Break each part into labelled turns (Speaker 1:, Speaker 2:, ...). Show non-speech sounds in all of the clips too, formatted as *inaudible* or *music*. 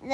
Speaker 1: 的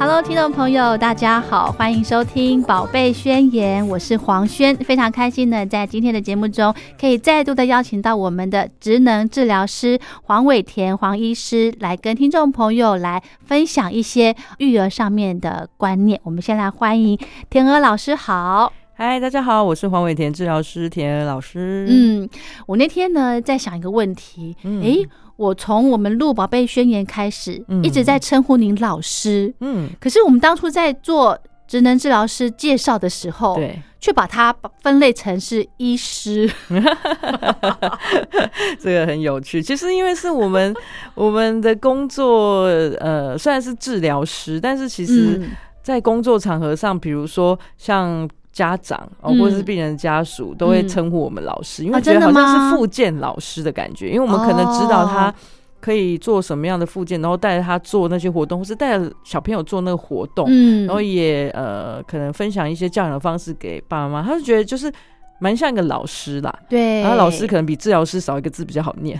Speaker 2: Hello，听众朋友，大家好，欢迎收听《宝贝宣言》，我是黄轩，非常开心呢，在今天的节目中，可以再度的邀请到我们的职能治疗师黄伟田黄医师来跟听众朋友来分享一些育儿上面的观念。我们先来欢迎田鹅老师好。
Speaker 3: 嗨，大家好，我是黄伟田治疗师田老师。，
Speaker 2: 嗯，我那天呢在想一个问题，
Speaker 3: 嗯
Speaker 2: 诶，我从我们录《宝贝宣言》开始，
Speaker 3: 嗯
Speaker 2: 一直在称呼您老师，
Speaker 3: 嗯，
Speaker 2: 可是我们当初在做职能治疗师介绍的时候，
Speaker 3: 对， *laughs*
Speaker 2: 却把它分类成是医师。
Speaker 3: 这个很有趣。其实因为是
Speaker 2: *laughs*
Speaker 3: 我们我们的工作，呃，虽然是治疗师，但是其实
Speaker 2: 嗯
Speaker 3: 在工作场合上，比如说像。家长哦，
Speaker 2: 嗯
Speaker 3: 或者是病人家属、都会
Speaker 2: 嗯
Speaker 3: 称呼我们老师，因
Speaker 2: 啊
Speaker 3: 为觉得
Speaker 2: 真的
Speaker 3: 好像
Speaker 2: 吗
Speaker 3: 是复健老师的感觉，因为我们可能知道他
Speaker 2: 哦
Speaker 3: 可以做什么样的复健，然后带着他做那些活动，或是带着小朋友做那个活动。
Speaker 2: 嗯
Speaker 3: 哦然后也呃，可能分享一些教养的方式给爸爸妈妈，他就觉得就是蛮像一个老师啦。
Speaker 2: 对，
Speaker 3: 然后老师可能比治疗师少一个字比较好
Speaker 2: *laughs*
Speaker 3: 念，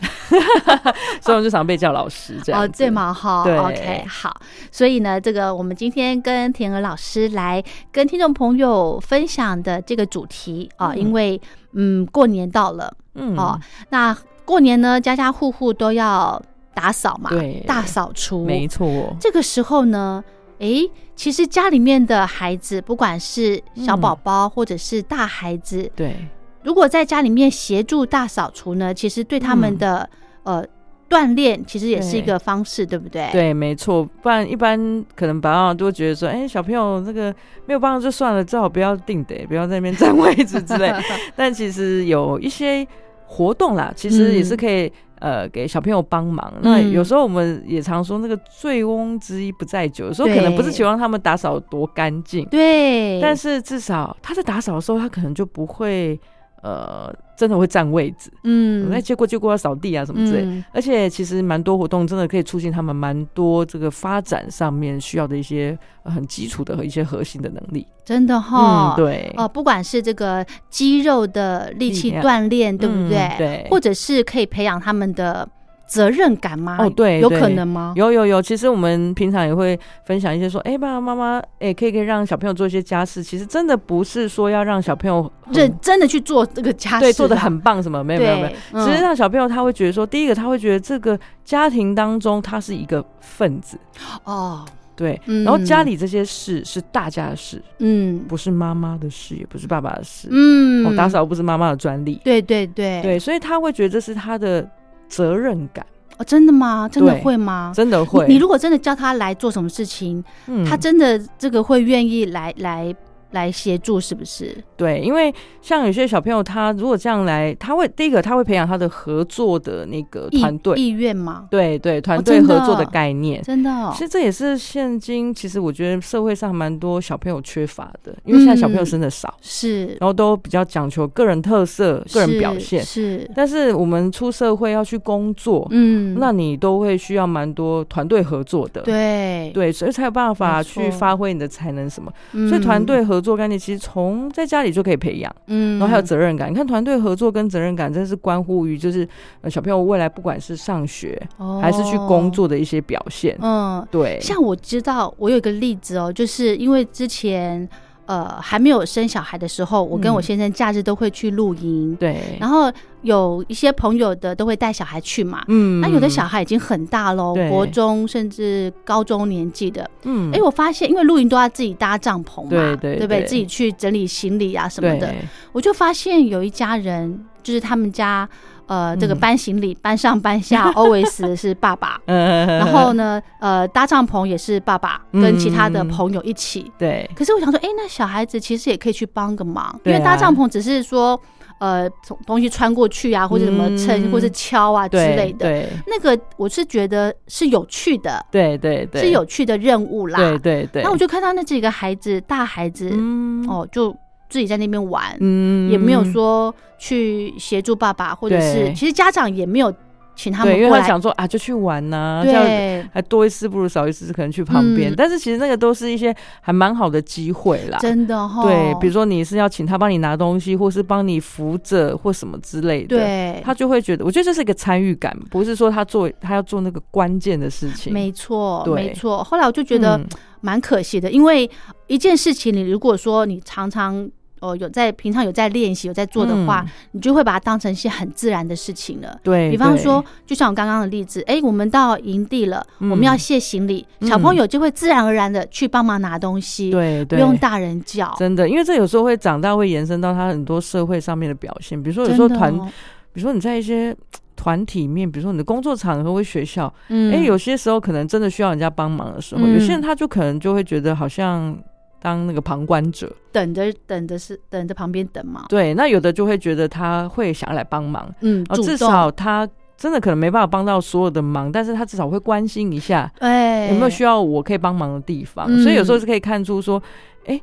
Speaker 3: 所以我们就常被叫老师这样。
Speaker 2: 哦，对？嘛哈，
Speaker 3: 对
Speaker 2: o k 好，所以呢，这个我们今天跟田娥老师来跟听众朋友分享的这个主题啊、
Speaker 3: 嗯
Speaker 2: 因为嗯，过年到了
Speaker 3: 嗯，
Speaker 2: 哦，那过年呢，家家户户都要打扫嘛，
Speaker 3: 对
Speaker 2: 大扫除，
Speaker 3: 没错，
Speaker 2: 这个时候呢，诶，其实家里面的孩子，不管是小宝宝或者是大孩子，
Speaker 3: 嗯对，
Speaker 2: 如果在家里面协助大扫除呢，其实对他们的、呃锻炼，其实也是一个方式，对不对？，
Speaker 3: 嗯对，没错。不然一般可能爸妈都会觉得说，哎、小朋友这个没有帮助就算了，最好不要定的，不要在那边占位置
Speaker 2: *laughs*
Speaker 3: 之类。但其实有一些活动啦，其实也是可以、呃给小朋友帮忙。那
Speaker 2: 嗯
Speaker 3: 有时候我们也常说，那个醉翁之意不在酒，有时候可能不是
Speaker 2: 对
Speaker 3: 期望他们打扫多干净，
Speaker 2: 对，
Speaker 3: 但是至少他在打扫的时候，他可能就不会呃真的会占位置，
Speaker 2: 嗯，
Speaker 3: 那、结果结果要扫地啊什么之类。
Speaker 2: 嗯
Speaker 3: 而且其实蛮多活动真的可以促进他们蛮多这个发展上面需要的一些呃很基础的和一些核心的能力。
Speaker 2: 真的哈、
Speaker 3: 嗯，。对，
Speaker 2: 哦，不管是这个肌肉的力气
Speaker 3: 力量
Speaker 2: 锻炼，对不对？
Speaker 3: 嗯对
Speaker 2: 或者是可以培养他们的责任感吗？
Speaker 3: 哦对
Speaker 2: 有可
Speaker 3: 对
Speaker 2: 能吗？
Speaker 3: 有有有，其实我们平常也会分享一些说，哎、爸爸妈妈，哎、可以可以让小朋友做一些家事。其实真的不是说要让小朋友很
Speaker 2: 认真的去做这个家事啊，
Speaker 3: 对做的很棒什么，没有没有没有
Speaker 2: 对。
Speaker 3: 其实
Speaker 2: 嗯
Speaker 3: 让小朋友他会觉得说，第一个他会觉得这个家庭当中他是一个分子，
Speaker 2: 哦，
Speaker 3: 对，
Speaker 2: 嗯
Speaker 3: 然后家里这些事是大家的事，
Speaker 2: 嗯
Speaker 3: 不是妈妈的事，也不是爸爸的事。
Speaker 2: 嗯，
Speaker 3: 哦，打，扫不是妈妈的专利，
Speaker 2: 对对对，
Speaker 3: 对，所以他会觉得这是他的责任感，
Speaker 2: 哦，真的吗？真的
Speaker 3: 对
Speaker 2: 会吗？
Speaker 3: 真的会。
Speaker 2: 啊你你如果真的叫他来做什么事情，
Speaker 3: 嗯
Speaker 2: 他真的这个会愿意来来来协助，是不是？
Speaker 3: 对，因为像有些小朋友，他如果这样来，他会第一个他会培养他的合作的那个
Speaker 2: 意
Speaker 3: 呃团队，
Speaker 2: 意愿吗？
Speaker 3: 对对，团
Speaker 2: 哦
Speaker 3: 队
Speaker 2: 真的
Speaker 3: 合作的概念。
Speaker 2: 真的哦
Speaker 3: 其，实这也是现今，其实我觉得社会上蛮多小朋友缺乏的，因为现在小朋友
Speaker 2: 嗯
Speaker 3: 生的少，
Speaker 2: 是
Speaker 3: 然后都比较讲求个人特色、哦个人表
Speaker 2: 是
Speaker 3: 现。
Speaker 2: 是，
Speaker 3: 但是我们出社会要去工作，
Speaker 2: 嗯，
Speaker 3: 那你都会需要蛮多团队合作的。
Speaker 2: 对，
Speaker 3: 对，所以才有办法
Speaker 2: 没
Speaker 3: 去
Speaker 2: 错
Speaker 3: 发挥你的才能什么。
Speaker 2: 嗯
Speaker 3: 所以团队合合作概念，其实从在家里就可以培养。
Speaker 2: 嗯
Speaker 3: 然后还有责任感，你看团队合作跟责任感，真是关乎于就是呃小朋友未来不管是上学还是去工，作的一些表现。
Speaker 2: 哦嗯，
Speaker 3: 对，
Speaker 2: 像我知道，我有一个例子哦，就是因为之前呃还没有生小孩的时候，我跟我
Speaker 3: 嗯
Speaker 2: 先生假日都会去露营，
Speaker 3: 对，
Speaker 2: 然后有一些朋友的都会带小孩去嘛。
Speaker 3: 嗯
Speaker 2: 那有的小，孩已经很大喽，
Speaker 3: 对
Speaker 2: 国中甚至高中年纪的。
Speaker 3: 嗯
Speaker 2: 哎、我发现，因为露营都要自己搭帐篷嘛，对
Speaker 3: 对对
Speaker 2: 不对？
Speaker 3: 对
Speaker 2: 自己去整理行李啊什么
Speaker 3: 对
Speaker 2: 的。我就发现有一家人，就是他们家呃，这个
Speaker 3: 嗯
Speaker 2: 搬行李、搬上搬
Speaker 3: *laughs*
Speaker 2: 下，always 是爸爸。
Speaker 3: 嗯，
Speaker 2: 然后呢，呃，搭帐篷也是爸爸跟其他的
Speaker 3: 嗯
Speaker 2: 朋友一起。
Speaker 3: 对
Speaker 2: 可是我想说，哎、那小孩子其实也可以去帮个忙，因
Speaker 3: 对
Speaker 2: 为搭
Speaker 3: 啊
Speaker 2: 帐篷只是说，呃，从东西穿过去啊，或者什么撑，
Speaker 3: 嗯
Speaker 2: 或是敲啊之
Speaker 3: 对
Speaker 2: 类的。
Speaker 3: 对
Speaker 2: 那个我是觉得是有趣的，
Speaker 3: 对对对，
Speaker 2: 是有趣的任务啦。
Speaker 3: 对对对，
Speaker 2: 那我就看到那几个孩子，大孩子、
Speaker 3: 嗯
Speaker 2: 哦，就自己在那边玩，
Speaker 3: 嗯
Speaker 2: 也没有说去协助爸爸，或者是
Speaker 3: 对
Speaker 2: 其实家长也没有请他们
Speaker 3: 对，因为
Speaker 2: 过
Speaker 3: 他
Speaker 2: 来。
Speaker 3: 想说啊，就去玩呐，这样
Speaker 2: 对，
Speaker 3: 还多一事不如少一事，可能去旁边
Speaker 2: 嗯。
Speaker 3: 但是其实那个都是一些还蛮好的机会啦，
Speaker 2: 真的哦哈、
Speaker 3: 对，比如说你是要请他帮你拿东西，或是帮你扶着，或什么之类的。。
Speaker 2: 对，
Speaker 3: 他就会觉得，我觉得这是一个参与感，不是说他做他要做那个关键的事情。嗯
Speaker 2: 没错，
Speaker 3: 对
Speaker 2: 没错。后来我就觉得
Speaker 3: 嗯
Speaker 2: 蛮可惜的，因为一件事情，你如果说你常常。哦，有在平常有在练习有在做
Speaker 3: 嗯
Speaker 2: 的话，你就会把它当成是很自然的事情了。
Speaker 3: 对，
Speaker 2: 比方
Speaker 3: 对
Speaker 2: 说，，就像我刚刚的例子，哎、我们到营地了，
Speaker 3: 嗯
Speaker 2: 我们要卸行李，小朋友就会自然而然的去帮忙拿东西，
Speaker 3: 对
Speaker 2: 不
Speaker 3: 对，
Speaker 2: 用大人叫，
Speaker 3: 真的，因为这有时候会长大，会延伸到他很多社会上面的表现，比如说有时候
Speaker 2: 真的
Speaker 3: 团，
Speaker 2: 哦
Speaker 3: 比如说你在一些团体面，比如说你的工作场合或学校，
Speaker 2: 嗯
Speaker 3: 哎、有些时候可能真的需要人家帮忙的时候，
Speaker 2: 嗯
Speaker 3: 有些人他就可能就会觉得好像当那个旁观者，
Speaker 2: 等着等着是等着旁边等嘛，
Speaker 3: 对，那有的就会觉得他会想要来帮忙，
Speaker 2: 嗯，
Speaker 3: 哦，
Speaker 2: 主
Speaker 3: 至
Speaker 2: 动，
Speaker 3: 少他真的可能没办法帮到所有的忙，但是他至少会关心一下
Speaker 2: 哎，
Speaker 3: 有没有需要我可以帮忙的地方，
Speaker 2: 嗯
Speaker 3: 所以有时候是可以看出说，哎、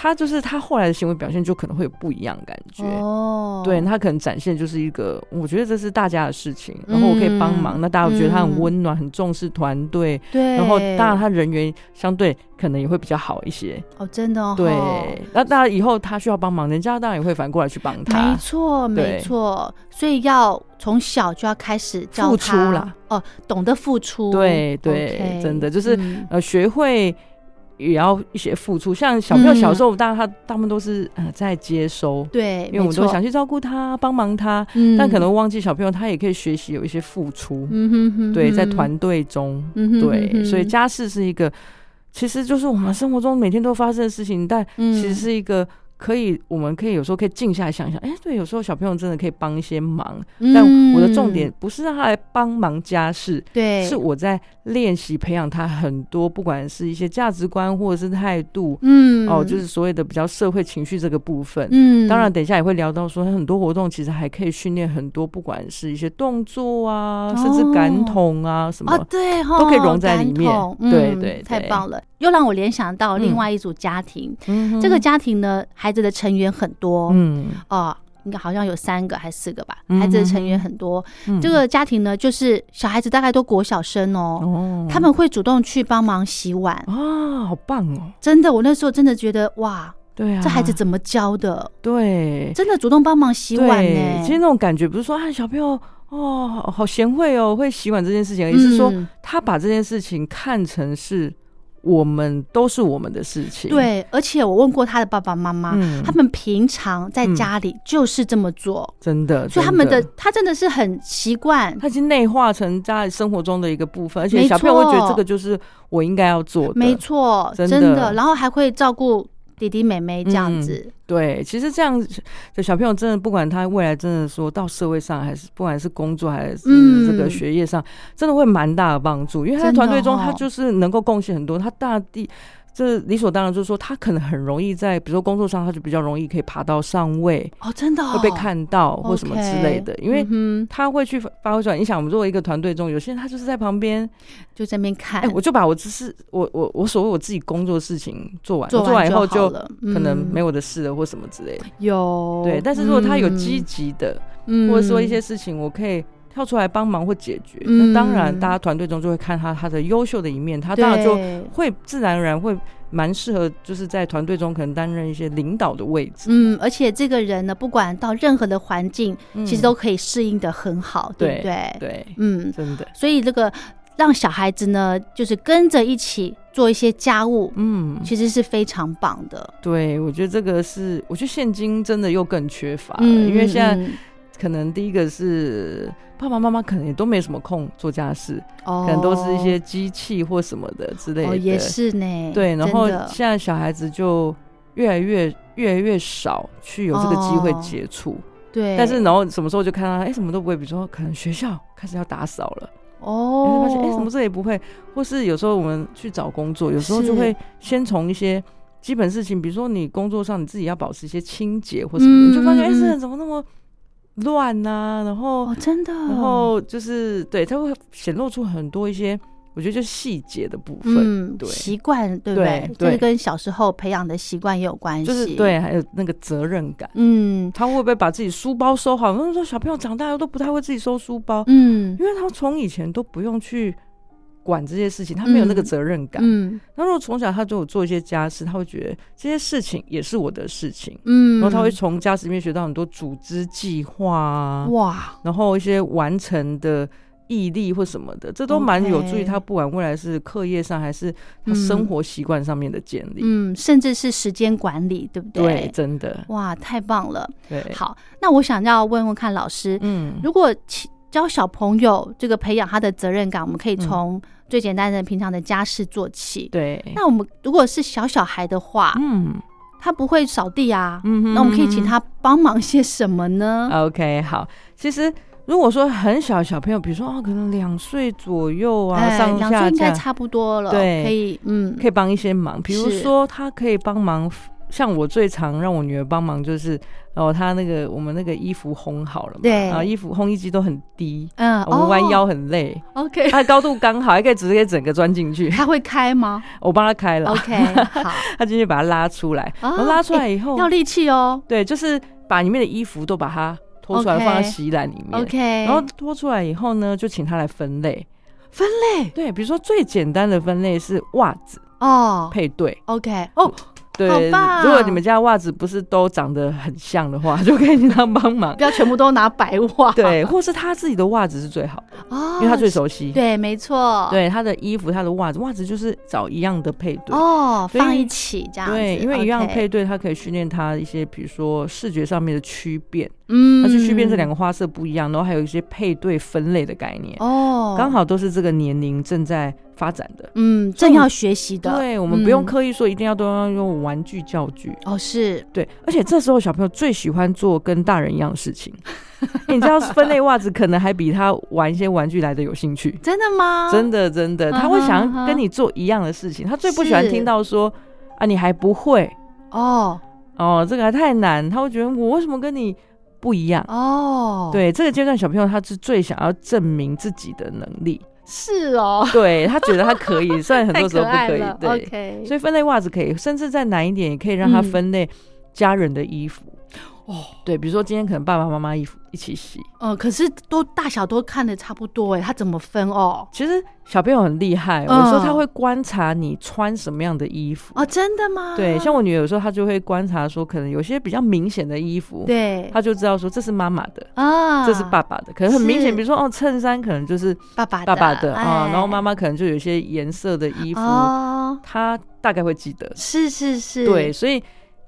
Speaker 3: 他就是他后来的行为表现就可能会有不一样的感觉。
Speaker 2: 哦，
Speaker 3: 对他可能展现就是一个，我觉得这是大家的事情，然后我可以帮忙，
Speaker 2: 嗯
Speaker 3: 那大家会觉得
Speaker 2: 嗯
Speaker 3: 他很温暖，很重视团队，
Speaker 2: 对，
Speaker 3: 然后当然他人缘相对可能也会比较好一些。
Speaker 2: 哦，真的、哦，
Speaker 3: 对，那大家以后他需要帮忙，人家当然也会反过来去帮
Speaker 2: 没
Speaker 3: 他。
Speaker 2: 错，没
Speaker 3: 对
Speaker 2: 错，所以要从小就要开始教
Speaker 3: 付
Speaker 2: 他
Speaker 3: 出啦，
Speaker 2: 哦，懂得付出，
Speaker 3: 对对
Speaker 2: OK，
Speaker 3: 真的就是
Speaker 2: 嗯
Speaker 3: 呃，学会也要一些付出，像小朋友
Speaker 2: 嗯
Speaker 3: 小时候，当然他他们都是呃在接收，
Speaker 2: 对，
Speaker 3: 因为我
Speaker 2: 没
Speaker 3: 们都
Speaker 2: 错
Speaker 3: 想，去照顾他、帮忙他，
Speaker 2: 嗯
Speaker 3: 但可能忘记小朋友他也可以学习有一些付出。
Speaker 2: 嗯哼哼，
Speaker 3: 对，在
Speaker 2: 哼，
Speaker 3: 团队中，
Speaker 2: 嗯哼
Speaker 3: 对，
Speaker 2: 哼
Speaker 3: 所以
Speaker 2: 哼
Speaker 3: 家事是一个，其实就是我们生活中每天都发生的事情，但
Speaker 2: 嗯
Speaker 3: 其实是一个可以，我们可以有时候可以静下来想一想，哎、对，有时候小朋友真的可以帮一些忙，但我的重点
Speaker 2: 嗯
Speaker 3: 不是让他来帮忙家事。
Speaker 2: 对
Speaker 3: 是我在练习培养他很多，不管是一些价值观或者是态度，
Speaker 2: 嗯
Speaker 3: 哦，就是所谓的比较社会情绪这个部分。
Speaker 2: 嗯，
Speaker 3: 当然，等一下也会聊到说，很多活动其实还可以训练很多，不管是一些动作啊，甚至感统啊什么。
Speaker 2: 哦啊，对哈，
Speaker 3: 都可以融在里面
Speaker 2: 感统嗯、
Speaker 3: 对对
Speaker 2: 太
Speaker 3: 对
Speaker 2: 棒了，又让我联想到另
Speaker 3: 嗯
Speaker 2: 外一组家庭，
Speaker 3: 嗯哼
Speaker 2: 这个家庭呢，孩子的成员很多，
Speaker 3: 嗯，
Speaker 2: 哦，应该好像有三个还是四个吧，
Speaker 3: 嗯
Speaker 2: 孩子的成员很多。
Speaker 3: 嗯
Speaker 2: 这个家庭呢，就是小孩子大概都国小生哦，
Speaker 3: 哦，
Speaker 2: 他们会主动去帮忙洗碗。
Speaker 3: 啊，好棒哦，
Speaker 2: 真的，我那时候真的觉得哇，
Speaker 3: 对啊，
Speaker 2: 这孩子怎么教的？
Speaker 3: 对
Speaker 2: 真的主动帮忙洗碗呢、
Speaker 3: 对其实那种感觉不是说啊，小朋友哦，好好贤惠哦，会洗碗这件事情，而是说
Speaker 2: 嗯
Speaker 3: 他把这件事情看成是我们都是我们的事情，，
Speaker 2: 对，而且我问过他的爸爸妈妈，
Speaker 3: 嗯
Speaker 2: 他们平常在
Speaker 3: 嗯
Speaker 2: 家里就是这么做，
Speaker 3: 真的，
Speaker 2: 所以他
Speaker 3: 真
Speaker 2: 们的。他真的是很习惯。
Speaker 3: 他已经内化成家里生活中的一个部分，而且
Speaker 2: 没
Speaker 3: 小朋友会觉
Speaker 2: 错
Speaker 3: 得这个就是我应该要做的。
Speaker 2: 没错，
Speaker 3: 真
Speaker 2: 真
Speaker 3: 的
Speaker 2: 的，然后还会照顾弟弟妹妹这样
Speaker 3: 嗯
Speaker 2: 子，
Speaker 3: 对，其实这样子，就小朋友真的不管他未来真的说到社会上，还是不管是工作还
Speaker 2: 嗯
Speaker 3: 是这个学业上，真的会蛮大的帮助，因为他在
Speaker 2: 真的
Speaker 3: 团队中
Speaker 2: 哦
Speaker 3: 他就是能够贡献很多，他大地。这理所当然，就是说他可能很容易在，比如说工作上，他就比较容易可以爬到上位，
Speaker 2: 哦，真的、哦、
Speaker 3: 会被看到或什么之类的，
Speaker 2: OK，
Speaker 3: 因为
Speaker 2: 嗯哼
Speaker 3: 他会去发挥出来。你想，我们作为一个团队中，有些人他就是在旁边，
Speaker 2: 就在那边看，
Speaker 3: 哎、我就把我只是我我我所谓我自己工作的事情做完，
Speaker 2: 做
Speaker 3: 我做完以后
Speaker 2: 就
Speaker 3: 就
Speaker 2: 好了
Speaker 3: 可能没
Speaker 2: 嗯
Speaker 3: 我的事了或什么之类的。
Speaker 2: 有
Speaker 3: 对，但是如果他有积
Speaker 2: 嗯
Speaker 3: 极的，
Speaker 2: 嗯
Speaker 3: 或者说一些事情，我可以。跳出来帮忙或解决。
Speaker 2: 嗯
Speaker 3: 那当然，大家团队中就会看他他的优秀的一面，他当然就
Speaker 2: 对
Speaker 3: 会自然而然会蛮适合，就是在团队中可能担任一些领导的位置。
Speaker 2: 嗯，而且这个人呢，不管到任何的环境，
Speaker 3: 嗯
Speaker 2: 其实都可以适应的很好，对不
Speaker 3: 对
Speaker 2: 对？
Speaker 3: 对，
Speaker 2: 嗯，
Speaker 3: 真的，
Speaker 2: 所以这个让小孩子呢，就是跟着一起做一些家务，
Speaker 3: 嗯，
Speaker 2: 其实是非常棒的。
Speaker 3: 对，我觉得这个是，我觉得现今真的又更缺乏了，
Speaker 2: 嗯，
Speaker 3: 啊因为现在
Speaker 2: 嗯
Speaker 3: 可能第一个是爸爸妈妈可能也都没什么空做家事，
Speaker 2: 哦，
Speaker 3: 可能都是一些机器或什么的之类的，
Speaker 2: 哦，也是呢，
Speaker 3: 对，然
Speaker 2: 真
Speaker 3: 后
Speaker 2: 的
Speaker 3: 现在小孩子就越来越越来越少去有这个机会
Speaker 2: 哦
Speaker 3: 接触，
Speaker 2: 对，
Speaker 3: 但是然后什么时候就看到哎、什么都不会，比如说可能学校开始要打扫了，你
Speaker 2: 哦
Speaker 3: 会，发现哎、什么这也不会，或是有时候我们去找工作，有时候
Speaker 2: 是
Speaker 3: 就会先从一些。基本事情，比如说你工作上你自己要保持一些清洁或什么的，你就发现哎、
Speaker 2: 嗯嗯嗯
Speaker 3: 这人怎么那么乱呐、然后
Speaker 2: 哦，真的，
Speaker 3: 然后就是对，它会显露出很多一些，我觉得就是细节的部分，
Speaker 2: 嗯，
Speaker 3: 对，
Speaker 2: 习惯对不
Speaker 3: 对
Speaker 2: 对？这是
Speaker 3: 对
Speaker 2: 跟小时候培养的习惯也有关系，
Speaker 3: 就是，对，还有那个责任感。
Speaker 2: 嗯
Speaker 3: 他会不会把自己书包收好？他们说小朋友长大了都不太会自己收书包，
Speaker 2: 嗯
Speaker 3: 因为他从以前都不用去管这些事情，他没有那个责任感。
Speaker 2: 嗯
Speaker 3: 那如果从小他就有做一些家事，他会觉得这些事情也是我的事情，
Speaker 2: 嗯，
Speaker 3: 然后他会从家事里面学到很多组织计划啊，
Speaker 2: 哇，
Speaker 3: 然后一些完成的毅力或什么的，这都蛮有助
Speaker 2: OK
Speaker 3: 于他不管未来是课业上还是他生活习惯上面的建立。
Speaker 2: 嗯，甚至是时间管理，对不
Speaker 3: 对，真的，
Speaker 2: 哇，太棒了！
Speaker 3: 对，，
Speaker 2: 好，那我想要问问看老师，
Speaker 3: 嗯，
Speaker 2: 如果其教小朋友这个培养他的责任感，我们可以
Speaker 3: 嗯
Speaker 2: 从最简单的平常的家事做起。
Speaker 3: 对，
Speaker 2: 那我们如果是小小孩的话，
Speaker 3: 嗯。
Speaker 2: 他不会扫地啊，
Speaker 3: 嗯哼
Speaker 2: 那我们可以请
Speaker 3: 嗯哼啊
Speaker 2: 他帮忙些什么呢？哎
Speaker 3: OK，好，其实如果说很小的小朋友，比如说哦，可能两岁左右啊，
Speaker 2: 哎
Speaker 3: 上
Speaker 2: 两
Speaker 3: 下
Speaker 2: 岁应
Speaker 3: 这
Speaker 2: 该
Speaker 3: 样，
Speaker 2: 差不多了，
Speaker 3: 对
Speaker 2: 可以，嗯，
Speaker 3: 可以帮一些忙，比如
Speaker 2: 是
Speaker 3: 说他可以帮忙。像我最常让我女儿帮忙，就是哦，她那个我们那个衣服烘好了嘛，
Speaker 2: 对
Speaker 3: 然后衣服烘衣机都很低，
Speaker 2: 嗯，
Speaker 3: 我们弯
Speaker 2: 哦
Speaker 3: 腰很累， *laughs*
Speaker 2: ，OK，
Speaker 3: 她的高度刚好，还可以直接整个钻进去，
Speaker 2: 他会开
Speaker 3: *laughs*
Speaker 2: 吗
Speaker 3: 我帮她开了，
Speaker 2: ？OK，好，
Speaker 3: *laughs* 她进去把它拉出来，然后拉出来以后，
Speaker 2: 要力气哦
Speaker 3: 对，就是把里面的衣服都把它拖出来
Speaker 2: OK
Speaker 3: 放在洗衣篮里面，
Speaker 2: ，OK，
Speaker 3: 然后拖出来以后呢，就请他来分类。分类对，比如说最简单的分类是袜子
Speaker 2: 哦
Speaker 3: 配对。
Speaker 2: ，OK，哦，
Speaker 3: 嗯对
Speaker 2: 好，棒
Speaker 3: 如果你们家袜子不是都长得很像的话，就 *laughs* 可以请他帮忙
Speaker 2: 不。要全部都拿白袜，
Speaker 3: 对，或是他自己的袜子是最好的，
Speaker 2: 哦，
Speaker 3: 因为他最熟悉。
Speaker 2: 对，哦没错，
Speaker 3: 对，他的衣服、他的袜子，袜子就是找一样的配对。
Speaker 2: 哦，
Speaker 3: 所以
Speaker 2: 放一起这样子，
Speaker 3: 对，因为一样
Speaker 2: OK
Speaker 3: 配对，他可以训练他一些，比如说视觉上面的区辨，
Speaker 2: 嗯，
Speaker 3: 他去区辨这两个花色不一样，然后还有一些配对分类的概念，
Speaker 2: 哦，
Speaker 3: 刚，好都是这个年龄正在发展的。
Speaker 2: 嗯，正要学习的，
Speaker 3: 对，我们不
Speaker 2: 嗯
Speaker 3: 用刻意说一定要都要用玩具教具。
Speaker 2: 哦，是
Speaker 3: 对，而且这时候小朋友最喜欢做跟大人一样的事情。你
Speaker 2: *laughs*
Speaker 3: 知道分类袜子可能还比他玩一些玩具来的有兴趣。
Speaker 2: 真的吗？
Speaker 3: 真的，真的，
Speaker 2: 啊
Speaker 3: 他会想要跟你做一样的事情。他最不喜欢
Speaker 2: 是
Speaker 3: 听到说啊，你还不会
Speaker 2: 哦
Speaker 3: 哦，这个还太难。他会觉得我为什么跟你不一样？
Speaker 2: 哦，，
Speaker 3: 对，这个阶段小朋友他是最想要证明自己的能力，
Speaker 2: 是哦，
Speaker 3: 对他觉得他
Speaker 2: *laughs*
Speaker 3: 可以，虽然 *laughs* 很
Speaker 2: 太
Speaker 3: 多时候不
Speaker 2: 爱
Speaker 3: 可以
Speaker 2: 了，
Speaker 3: 对。
Speaker 2: ，OK，
Speaker 3: 所以分类袜子可以，甚至再难一点，也可以
Speaker 2: 嗯
Speaker 3: 让他分类家人的衣服。哦，对，比如说今天可能爸爸妈妈衣服一起洗。
Speaker 2: 呃，可是都大小都看的差不多哎，他怎么分哦？
Speaker 3: 其实小朋友很厉害，哦
Speaker 2: 嗯
Speaker 3: 有时候他会观察你穿什么样的衣服。
Speaker 2: 哦，真的吗？
Speaker 3: 对，像我女儿有时候她就会观察说，可能有些比较明显的衣服，
Speaker 2: 对
Speaker 3: 她就知道说这是妈妈的，
Speaker 2: 啊，
Speaker 3: 这是爸爸的。可能很明
Speaker 2: 是
Speaker 3: 显，比如说哦，衬衫可能就是
Speaker 2: 爸爸
Speaker 3: 爸爸的啊，
Speaker 2: 哎
Speaker 3: 然后妈妈可能就有一些颜色的衣服，
Speaker 2: 哦，
Speaker 3: 她大概会记得。
Speaker 2: 是是是，
Speaker 3: 对，，所以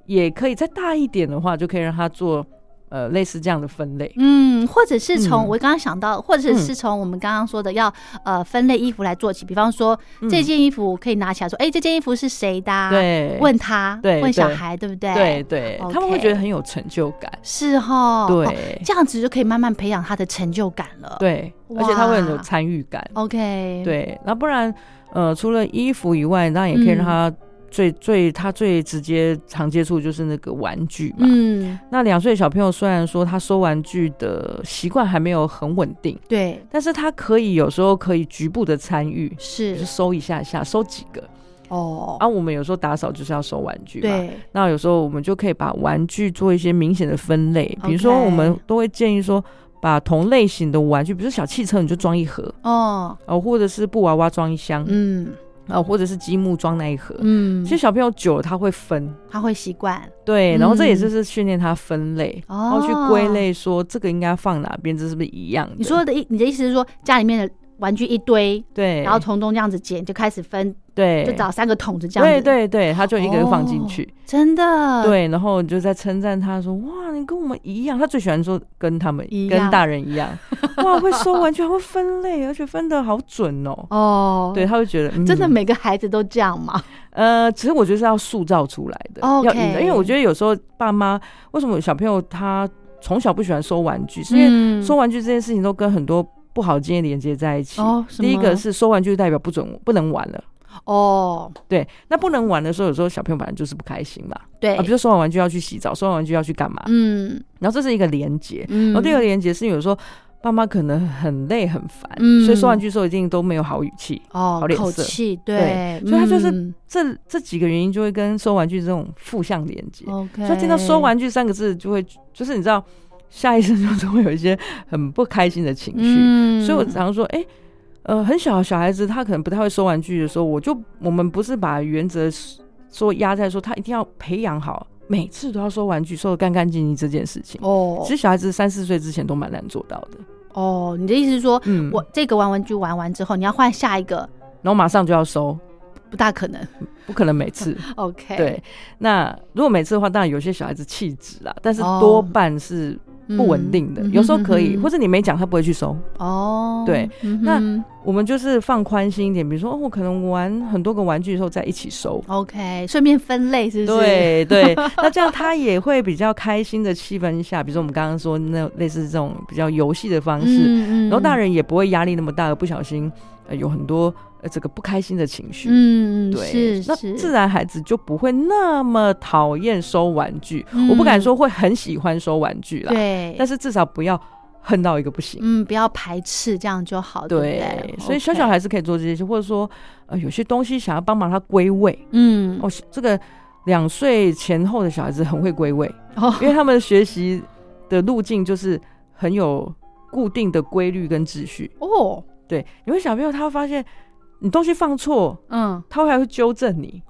Speaker 3: 也可以再大一点的话，就可以让他做呃类似这样的分类。
Speaker 2: 嗯，或者是从、
Speaker 3: 嗯
Speaker 2: 我刚刚想到，或者
Speaker 3: 嗯
Speaker 2: 是从我们刚刚说的要、呃分类衣服来做起，比方说、
Speaker 3: 嗯
Speaker 2: 这件衣服可以拿起来说，哎、这件衣服是谁的、啊？，
Speaker 3: 对，
Speaker 2: 问他，
Speaker 3: 对
Speaker 2: 问小
Speaker 3: 对
Speaker 2: 孩，对不嗯对？
Speaker 3: 对，对，
Speaker 2: OK
Speaker 3: 他们会觉得很有成就感。
Speaker 2: 是哈，哦
Speaker 3: 对
Speaker 2: 这样子就可以慢慢培养他的成就感了。
Speaker 3: 对，而且他会很有参与感。
Speaker 2: 哦，OK，，
Speaker 3: 对，那不然呃，除了衣服以外，那也可以
Speaker 2: 嗯
Speaker 3: 让他最最他最直接常接触就是那个玩具嘛。
Speaker 2: 嗯，
Speaker 3: 那两岁小朋友虽然说他收玩具的习惯还没有很稳定，
Speaker 2: 对，
Speaker 3: 但是他可以有时候可以局部的参与，就是
Speaker 2: 是
Speaker 3: 收一下下，收几个。
Speaker 2: 哦，
Speaker 3: 啊，我们有时候打扫就是要收玩具嘛。
Speaker 2: 对，
Speaker 3: 那有时候我们就可以把玩具做一些明显的分类，比如说
Speaker 2: OK
Speaker 3: 我们都会建议说，把同类型的玩具，比如说小汽车，你就装一盒
Speaker 2: 哦，
Speaker 3: 哦，或者是布娃娃装一箱，
Speaker 2: 嗯
Speaker 3: 哦，或者是积木装那一盒。
Speaker 2: 嗯
Speaker 3: 其，实小朋友久了他会分，
Speaker 2: 他会习惯
Speaker 3: 对，然后这也就
Speaker 2: 嗯
Speaker 3: 是训练他分类，然
Speaker 2: 哦
Speaker 3: 后去归。类说这个应该放哪边，这是不是一样的？
Speaker 2: 你说的意，你的意思是说家里面的玩具一堆，
Speaker 3: 对，
Speaker 2: 然后从中这样子捡，就开始分，
Speaker 3: 对，
Speaker 2: 就找三个桶子这样
Speaker 3: 对
Speaker 2: 子，
Speaker 3: 对对，他就一个一个放进去。
Speaker 2: 哦，真的，，
Speaker 3: 对，然后就在称赞他说：“哇，你跟我们一样。”他最喜欢说跟他们
Speaker 2: 一样
Speaker 3: 跟大人
Speaker 2: *laughs*
Speaker 3: 一样，哇，会收玩具，还会分类，而且分的好准哦。
Speaker 2: 哦，
Speaker 3: 对，。他会觉得、嗯
Speaker 2: 真的每个孩子都这样吗？
Speaker 3: 呃，其实我觉得是要塑造出来的
Speaker 2: 哦 OK
Speaker 3: 要引导因为我觉得有时候爸妈为什么小朋友他从小不喜欢收玩具，是因
Speaker 2: 嗯
Speaker 3: 为收玩具这件事情都跟很多不好的经验连接在一起。
Speaker 2: 哦，什么
Speaker 3: 第一个是收玩具代表不准不能玩了，
Speaker 2: 哦，
Speaker 3: 对，那不能玩的时候，有时候小朋友本来就是不开心嘛，
Speaker 2: 对
Speaker 3: 啊，比，如说收完玩具要去洗澡，收完玩具要去干嘛，
Speaker 2: 嗯
Speaker 3: 然后这是一个连接，
Speaker 2: 嗯
Speaker 3: 然后第二个连接是有时候爸妈可能很累很烦，
Speaker 2: 嗯
Speaker 3: 所以收完具之后一定都没有好语气，
Speaker 2: 哦
Speaker 3: 好，脸
Speaker 2: 口
Speaker 3: 色
Speaker 2: 气对
Speaker 3: 对，所以他就是
Speaker 2: 嗯
Speaker 3: 这这几个原因就会跟收玩具这种负向连接，
Speaker 2: OK，
Speaker 3: 所以听到收玩具三个字就会就是你知道下意识就是会有一些很不开心的情绪，
Speaker 2: 嗯
Speaker 3: 所以我常说，哎、呃，很小的小孩子他可能不太会收玩具的时候，我就我们不是把原则说压在说他一定要培养好，每次都要收玩具，收的干干净净这件事情。
Speaker 2: 哦
Speaker 3: 其实小孩子三四岁之前都蛮难做到的，
Speaker 2: 哦，你的意思是说，
Speaker 3: 嗯，
Speaker 2: 我这个玩玩具玩完之后，你要换下一个，
Speaker 3: 然后马上就要收，
Speaker 2: 不大可
Speaker 3: *laughs*
Speaker 2: 能。
Speaker 3: 不可能每
Speaker 2: *laughs*
Speaker 3: 次。
Speaker 2: OK，
Speaker 3: 对，那如果每次的话，当然有些小孩子气质啦，但是
Speaker 2: 哦
Speaker 3: 多半是
Speaker 2: 嗯，
Speaker 3: 不稳定的，
Speaker 2: 嗯哼
Speaker 3: 有时候可以，
Speaker 2: 嗯哼
Speaker 3: 或者你没讲他不会去收。
Speaker 2: 哦，
Speaker 3: 对
Speaker 2: 嗯
Speaker 3: 那
Speaker 2: 哼
Speaker 3: 我们就是放宽心一点，比如说哦，我可能玩很多个玩具的时候在一起收，
Speaker 2: OK，顺便分类哦是不是？，*laughs*
Speaker 3: 对对，那这样他也会比较开心的气氛下，比如说我们刚刚说那类似这种比较游戏的方式，
Speaker 2: 嗯
Speaker 3: 然后大
Speaker 2: 人，
Speaker 3: 人也不会压力那么大，而不小心呃有很多呃这个不开心的情绪。
Speaker 2: 嗯，嗯
Speaker 3: 对，
Speaker 2: 是
Speaker 3: 那
Speaker 2: 是，
Speaker 3: 自然孩子就不会那么讨厌收玩具。我不敢说会很喜欢收玩具啦，
Speaker 2: 嗯对，
Speaker 3: 但是至少不要恨到一个不行。
Speaker 2: 嗯，不要排斥，这样就好，对不
Speaker 3: 对
Speaker 2: 对，
Speaker 3: 所以小小，
Speaker 2: OK
Speaker 3: 孩子可以做这些，或者说，呃，有些东西想要帮忙他归位，
Speaker 2: 嗯，
Speaker 3: 哦，这个两岁前后的小孩子很会归位，
Speaker 2: 哦
Speaker 3: 因为他们学习的路径就是很有固定的规律跟秩序。
Speaker 2: 哦，
Speaker 3: 对，你会小朋友他会发现你东西放错，
Speaker 2: 嗯，
Speaker 3: 他会还会纠正你。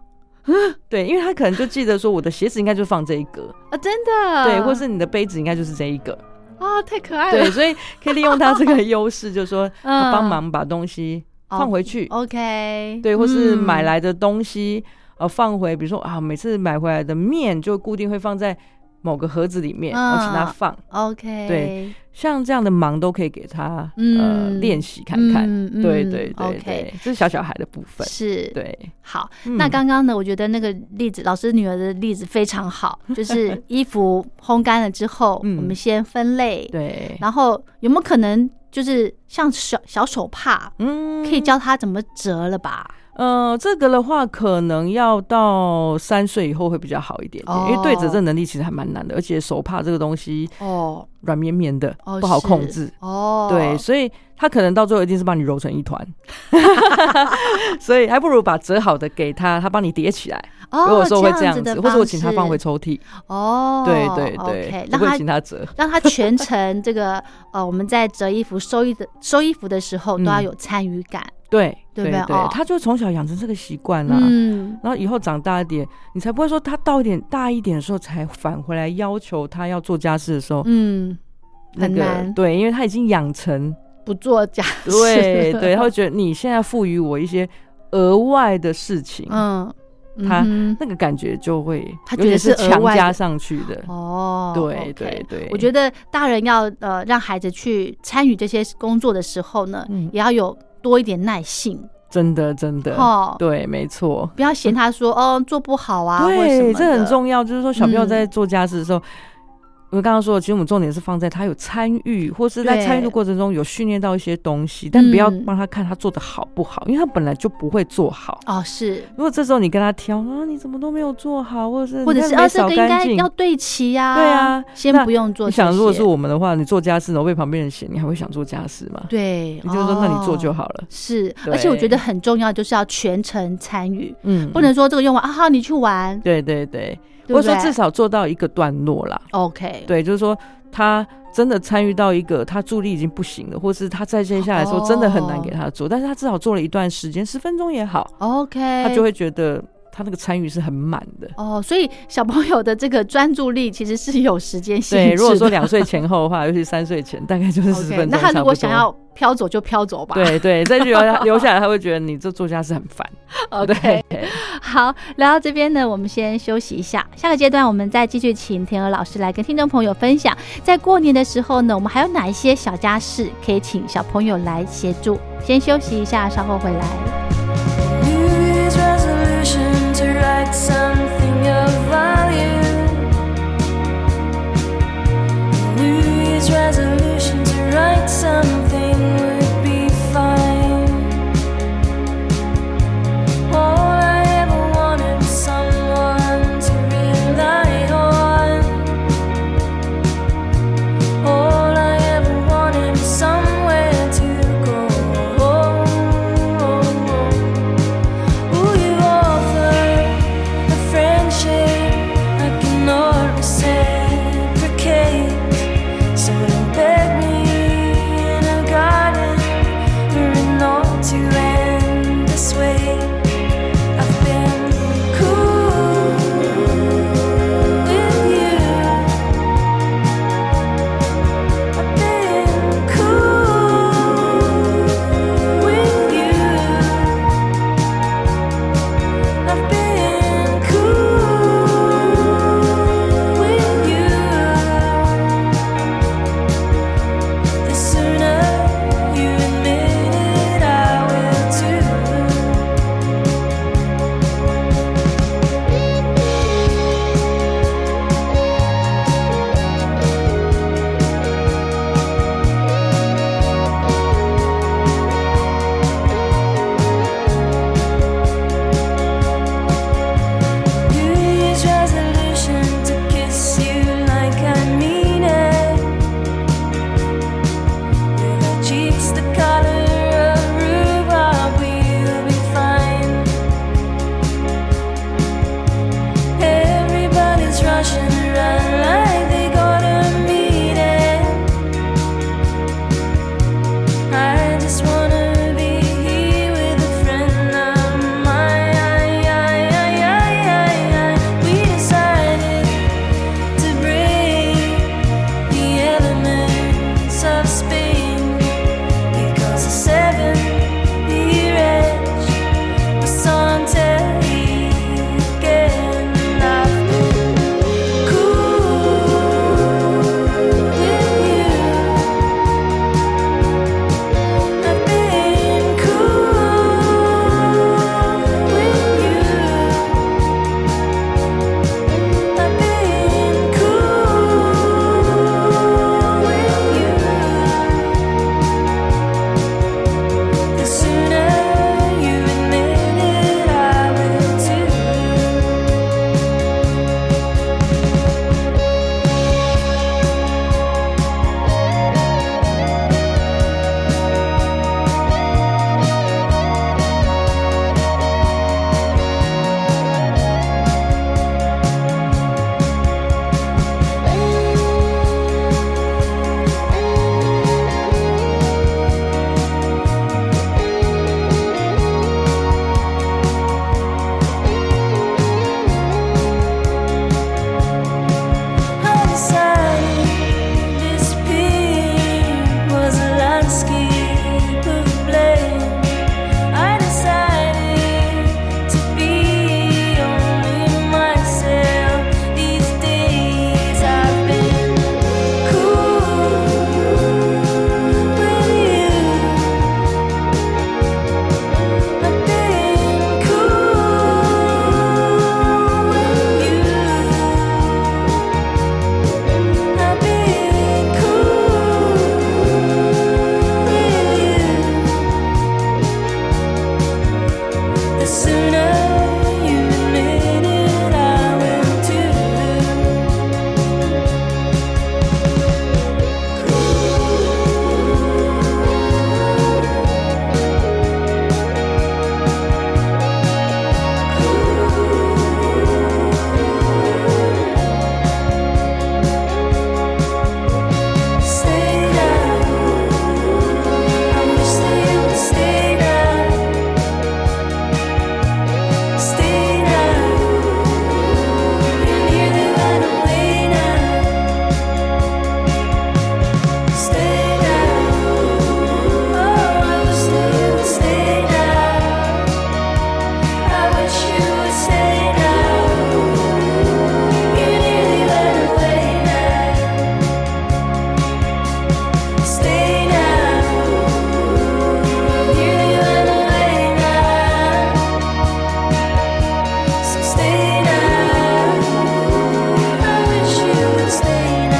Speaker 2: 啊
Speaker 3: 对，因为他可能就记得说我的鞋子应该就放这一格，
Speaker 2: 啊，真的，
Speaker 3: 对，或是你的杯子应该就是这一个，
Speaker 2: 啊，太可爱
Speaker 3: 对，
Speaker 2: 了，
Speaker 3: 所以可以利用他这个优势，就
Speaker 2: *laughs*
Speaker 3: 是说
Speaker 2: 嗯
Speaker 3: 帮忙把东西放回去，
Speaker 2: ，OK，
Speaker 3: 对，或是买
Speaker 2: 嗯
Speaker 3: 来的东西，呃，放回，比如说啊，每次买回来的面就固定会放在某个盒子里面，然后请他
Speaker 2: 嗯
Speaker 3: 放。
Speaker 2: ，OK，
Speaker 3: 对，像这样的忙都可以给他、呃
Speaker 2: 嗯
Speaker 3: 练习看看。
Speaker 2: 嗯嗯
Speaker 3: 对对对
Speaker 2: OK
Speaker 3: 对，这是小小孩的部分。
Speaker 2: 是，。
Speaker 3: 对，
Speaker 2: 好，
Speaker 3: 嗯
Speaker 2: 那刚刚呢？我觉得那个例子，老师女儿的例子非常
Speaker 3: *laughs*
Speaker 2: 好，就是衣服烘干了之后，
Speaker 3: 嗯
Speaker 2: 我们先分类，
Speaker 3: 对，
Speaker 2: 然后有没有可能就是像小小手帕，
Speaker 3: 嗯
Speaker 2: 可以。教他怎么折了吧？
Speaker 3: 呃，这个的话，可能要到三岁以后会比较好一点点，因为对折
Speaker 2: 哦
Speaker 3: 这能力其实还蛮难的，而且手帕这个东西
Speaker 2: 哦
Speaker 3: 软绵绵的，
Speaker 2: 哦，
Speaker 3: 不好
Speaker 2: 是
Speaker 3: 控制。
Speaker 2: 哦，
Speaker 3: 对，所以他可能到最后一定是把你揉成一团， *laughs* 所以还不如把折好的给他，他帮你叠起来。
Speaker 2: 哦，
Speaker 3: 我有时候会
Speaker 2: 这
Speaker 3: 这
Speaker 2: 样
Speaker 3: 样
Speaker 2: 子的
Speaker 3: 子，或者我
Speaker 2: 方
Speaker 3: 请他放回
Speaker 2: 式
Speaker 3: 抽屉。
Speaker 2: 哦，
Speaker 3: 对对
Speaker 2: OK，
Speaker 3: 对，
Speaker 2: 让
Speaker 3: 我会
Speaker 2: 他
Speaker 3: 请他折。
Speaker 2: 让他全程这个 *laughs* 呃，我们在折衣服、收衣的收衣服的时候都要
Speaker 3: 嗯
Speaker 2: 有参与感，
Speaker 3: 对
Speaker 2: 对不
Speaker 3: 对
Speaker 2: 对
Speaker 3: 对
Speaker 2: 哦，
Speaker 3: 他就从小养成这个习惯啦。
Speaker 2: 嗯，
Speaker 3: 然后以后长大一点，你才不会说他到一点大一点的时候才返回来要求他要做家事的时候，
Speaker 2: 嗯，
Speaker 3: 那
Speaker 2: 很
Speaker 3: 个
Speaker 2: 难
Speaker 3: 对，因为他已经养
Speaker 2: *laughs*
Speaker 3: 成，
Speaker 2: 不做假事， *laughs*
Speaker 3: 对对，他会觉得你现在赋予我一些额外的事情，
Speaker 2: 嗯，
Speaker 3: 他
Speaker 2: 嗯哼
Speaker 3: 那个感觉就会，
Speaker 2: 他
Speaker 3: 尤
Speaker 2: 觉得
Speaker 3: 其
Speaker 2: 是
Speaker 3: 是
Speaker 2: 额
Speaker 3: 强
Speaker 2: 外
Speaker 3: 加
Speaker 2: 的
Speaker 3: 上去的。
Speaker 2: 哦，
Speaker 3: 对
Speaker 2: OK
Speaker 3: 对对
Speaker 2: 我觉得大人要呃让孩子去参与这些工作的时候呢，
Speaker 3: 嗯
Speaker 2: 也要有多一点耐性
Speaker 3: 真的真的，
Speaker 2: 哦，
Speaker 3: 对，没错。
Speaker 2: 不要嫌他说哦做不好啊，或者什么
Speaker 3: 对，
Speaker 2: 的
Speaker 3: 这很重要。就是说，小朋友
Speaker 2: 嗯
Speaker 3: 在做家事的时候，我刚刚说，的，其实我们重点是放在他有参与，或是在参与
Speaker 2: 对
Speaker 3: 的过程中有训练到一些东西，但不要
Speaker 2: 嗯
Speaker 3: 帮他看他做的好不好，因为他本来就不会做好。
Speaker 2: 哦，是。
Speaker 3: 如果这时候你跟他挑啊，你怎么都没有做好，或者是
Speaker 2: 或者
Speaker 3: 你
Speaker 2: 是
Speaker 3: 看没
Speaker 2: 啊，这
Speaker 3: 扫
Speaker 2: 个应该
Speaker 3: 干净
Speaker 2: 要。对齐呀、
Speaker 3: 对啊
Speaker 2: 先
Speaker 3: 那
Speaker 2: 不用做
Speaker 3: 你
Speaker 2: 这些。
Speaker 3: 想，如果是我们的话，你做家事，然后被旁边人嫌，你还会想做家事吗？
Speaker 2: 对，
Speaker 3: 你就是说，那你做就
Speaker 2: 哦。
Speaker 3: 好了。
Speaker 2: 是，而且我觉
Speaker 3: 对
Speaker 2: 得很重要，就是要全程参与，
Speaker 3: 嗯，
Speaker 2: 不能说这个用完啊，好，你去玩，
Speaker 3: 对对对，
Speaker 2: 对不
Speaker 3: 或者说
Speaker 2: 对
Speaker 3: 至少做到一个段落啦。
Speaker 2: OK，
Speaker 3: 对，就是说他真的参与到一个他助力已经不行了，或是他再线下来的时候真的很难给
Speaker 2: 哦
Speaker 3: 他做，但是他至少做了一段时间，十分钟也好，
Speaker 2: OK，
Speaker 3: 他就会觉得他那个参与是很满的。
Speaker 2: 哦，所以小朋友的这个专注力其实是有时间限制的。
Speaker 3: 对，如果说两岁前后
Speaker 2: *laughs*
Speaker 3: 的话，尤其三岁前，大概就是十
Speaker 2: OK，
Speaker 3: 分钟。
Speaker 2: 那他如果想，要飘走就飘走吧。
Speaker 3: 对对，再留下留下来，他会觉得你这作家是很
Speaker 2: *laughs*
Speaker 3: 烦。
Speaker 2: ，OK，
Speaker 3: 对
Speaker 2: 好，聊到这边呢，我们先休息一下。下个阶段我们再继续请田娥老师来跟听众朋友分享，在过年的时候呢，我们还有哪一些小家事可以请小朋友来协助？先休息一下，稍后回来。
Speaker 4: New Year's resolution to write something of value. New Year's resolution to write something would be fine. All I ever wanted was someone to rely on. All I ever wanted was somewhere to go. Who you offer a friendship I cannot reciprocate. So don't beg me in a garden for it not to end this way. I've been cool with you. I've been cool with you. I've been cool with you. The sooner you admit it, I will too. New Year's resolution to kiss you like I mean it. With our cheeks the color of rhubarb, we'll be fine. Everybody's rushing around like they got a meeting. I just wanna be here with a friend of mine. We decided to break the elements of spring because the seventh year edge was on again. I've been cool with you. I've been cool with you. I've been cool with you. The sooner you admit it, I will too. I decided this pig was a landscape of blame. I decided to be only myself these days. I've been cool with you. I've been cool with you. I've been cool with you. The sooner you admit it, I will too. wish you would say now. You nearly went away now. Stay now. Nearly went away now. So stay now. I wish you would stay now.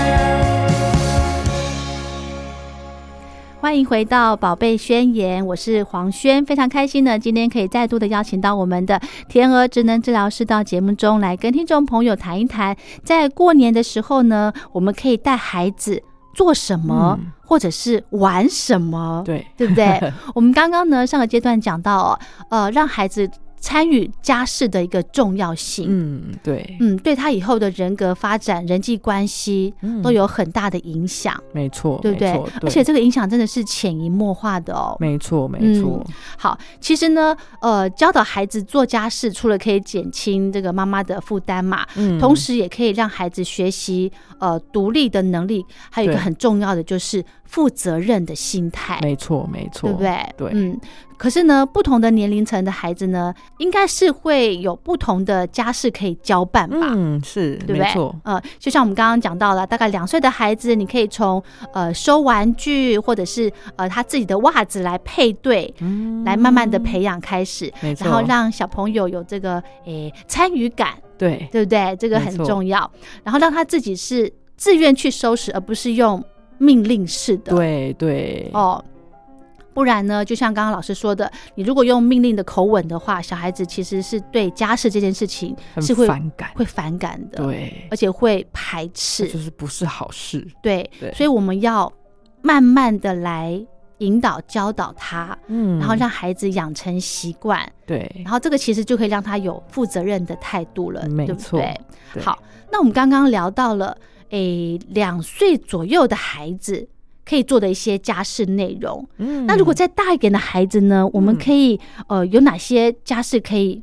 Speaker 2: 欢迎回到《宝贝宣言》，我是黄轩，非常开心呢，今天可以再度的邀请到我们的田鹅职能治疗师到节目中来，跟听众朋友谈一谈，在过年的时候呢，我们可以带孩子做什么，
Speaker 3: 嗯
Speaker 2: 或者是玩什么，
Speaker 3: 对
Speaker 2: 对不
Speaker 3: *laughs*
Speaker 2: 对？我们刚刚呢上个阶段讲到、哦，呃，让孩子参与家事的一个重要性，
Speaker 3: 嗯，对，
Speaker 2: 嗯，对他以后的人格发展、人际关系
Speaker 3: 嗯
Speaker 2: 都有很大的影响，
Speaker 3: 没错，
Speaker 2: 对不对
Speaker 3: 哦没错？
Speaker 2: 而且这个影响真的是潜移默化的哦。
Speaker 3: 没错，没错，
Speaker 2: 好，其实呢，呃，教导孩子做家事，除了可以减轻这个妈妈的负担嘛，
Speaker 3: 嗯
Speaker 2: 同时也可以让孩子学习呃独立的能力，还有一个
Speaker 3: 对
Speaker 2: 很重要的就是负责任的心态。
Speaker 3: 没错，没错，
Speaker 2: 对不对？
Speaker 3: 对
Speaker 2: 嗯。可是呢，不同的年龄层的孩子呢，应该是会有不同的家事可以交办吧？
Speaker 3: 嗯，是，
Speaker 2: 对不
Speaker 3: 没
Speaker 2: 对
Speaker 3: 错，？
Speaker 2: 呃，就像我们刚刚讲到了，大概两岁的孩子，你可以从呃收玩具或者是呃他自己的袜子来配对，来慢慢的培养开始，
Speaker 3: 嗯没错
Speaker 2: 然后让小朋友有这个诶参与感，
Speaker 3: 对，
Speaker 2: 对不对？这个
Speaker 3: 没
Speaker 2: 很
Speaker 3: 错
Speaker 2: 重要。然后让他自己是自愿去收拾，而不是用命令式的。
Speaker 3: 对，对，
Speaker 2: 哦。不然呢，就像刚刚老师说的，你如果用命令的口吻的话，小孩子其实是对家事这件事情
Speaker 3: 很
Speaker 2: 是会
Speaker 3: 反感
Speaker 2: 会反感的。
Speaker 3: 对，
Speaker 2: 而且会排
Speaker 3: 这
Speaker 2: 斥。
Speaker 3: 就是不是好事，
Speaker 2: 对，
Speaker 3: 对
Speaker 2: 所以我们要慢慢的来引导、教导他，
Speaker 3: 嗯
Speaker 2: 然后让孩子养成习惯，
Speaker 3: 对
Speaker 2: 然，后这个其实就可以让他有负责任的态度了，
Speaker 3: 没
Speaker 2: 对不
Speaker 3: 错
Speaker 2: 对？
Speaker 3: 对
Speaker 2: 好，那我们刚刚聊到了，诶，两岁左右的孩子。可以做的一些家事内容。
Speaker 3: 嗯
Speaker 2: 那如果再大一点的孩子呢？我们可以呃有哪些家事可以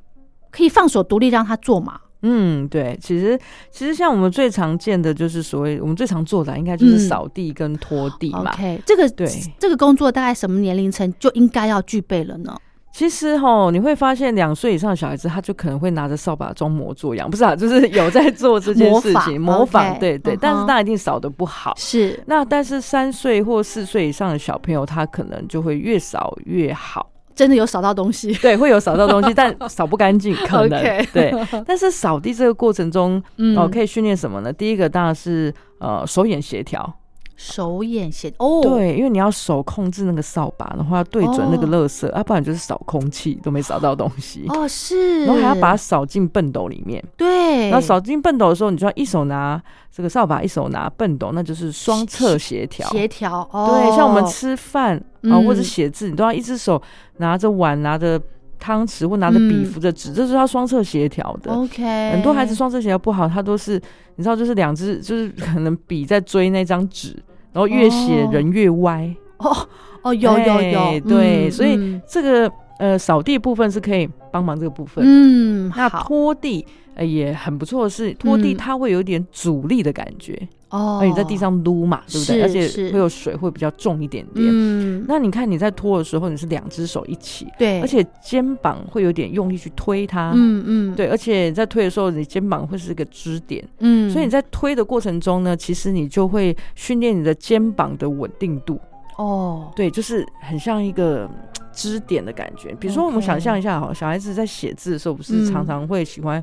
Speaker 2: 可以放手独立让他做嘛？
Speaker 3: 嗯，对，其实其实像我们最常见的就是所谓我们最常做的啊，应该就是
Speaker 2: 嗯
Speaker 3: 扫地跟拖地嘛。
Speaker 2: OK，这个
Speaker 3: 对
Speaker 2: 这个工作大概什么年龄层就应该要具备了呢？
Speaker 3: 其实吼，你会发现两岁以上的小孩子，他就可能会拿着扫把装模作样，不是啊，就是 *laughs* 有在做这件
Speaker 2: 模
Speaker 3: 事
Speaker 2: 仿
Speaker 3: 情，模仿，
Speaker 2: OK，
Speaker 3: 对对，
Speaker 2: 嗯哼
Speaker 3: 但是他一定扫的不好。
Speaker 2: 是
Speaker 3: 那但是三岁或四岁以上的小朋友，他可能就会越扫越好，
Speaker 2: 真的有扫到东
Speaker 3: *laughs*
Speaker 2: 西，
Speaker 3: 对，会有扫到东西，但扫不干
Speaker 2: *laughs*
Speaker 3: 净，可能
Speaker 2: OK
Speaker 3: 对。但是扫地这个过程中，
Speaker 2: 嗯
Speaker 3: 哦，可以训练什么呢？第一个当然是呃手眼协调，
Speaker 2: 哦手眼协哦，，
Speaker 3: 对，因为你要手控制那个扫把，然后要对准那个
Speaker 2: 哦
Speaker 3: 垃圾，啊要、不然就是扫空气都没扫到东西，
Speaker 2: 哦是，哦
Speaker 3: 然后还要把它扫进笨斗里面。
Speaker 2: 对，
Speaker 3: 然后扫进笨斗的时候，你就要一手拿这个扫把，一手拿笨斗，那就是双侧协调。
Speaker 2: 协调哦，
Speaker 3: 对，像我们吃饭啊、
Speaker 2: 嗯
Speaker 3: 或者写字，你都要一只手拿着碗、拿着汤匙或拿着笔、
Speaker 2: 嗯哦
Speaker 3: 扶着纸，这是要双侧协调的。
Speaker 2: OK，
Speaker 3: 很多孩子双侧协调不好，他都是你知道，就是两只就是可能笔在追那张纸，然后越写
Speaker 2: 哦
Speaker 3: 人越歪。
Speaker 2: 哦哦有有有
Speaker 3: 哎，对
Speaker 2: 嗯
Speaker 3: 所以
Speaker 2: 嗯
Speaker 3: 这个呃扫地部分是可以帮忙这个部分。
Speaker 2: 嗯
Speaker 3: 那
Speaker 2: 好
Speaker 3: 拖地呃也很不错的是，拖地
Speaker 2: 嗯
Speaker 3: 它会有一点阻力的感觉，
Speaker 2: 哦
Speaker 3: 而，你在地上撸嘛，对不对？
Speaker 2: 是
Speaker 3: 而且
Speaker 2: 是
Speaker 3: 会有水会比较重一点点。
Speaker 2: 嗯，
Speaker 3: 那你看你在拖的时候，你是两只手一起，
Speaker 2: 对，
Speaker 3: 而且肩膀会有点用力去推它。
Speaker 2: 嗯嗯
Speaker 3: 对，而且你在推的时候，你肩膀会是一个支点，
Speaker 2: 嗯，
Speaker 3: 所以你在推的过程中呢，其实你就会训练你的肩膀的稳定度。
Speaker 2: 哦
Speaker 3: 对，就是很像一个嗯支点的感觉。比如说，我们
Speaker 2: OK
Speaker 3: 想象一下哈，小孩子在写字的时候，不是常
Speaker 2: 嗯
Speaker 3: 常会喜欢、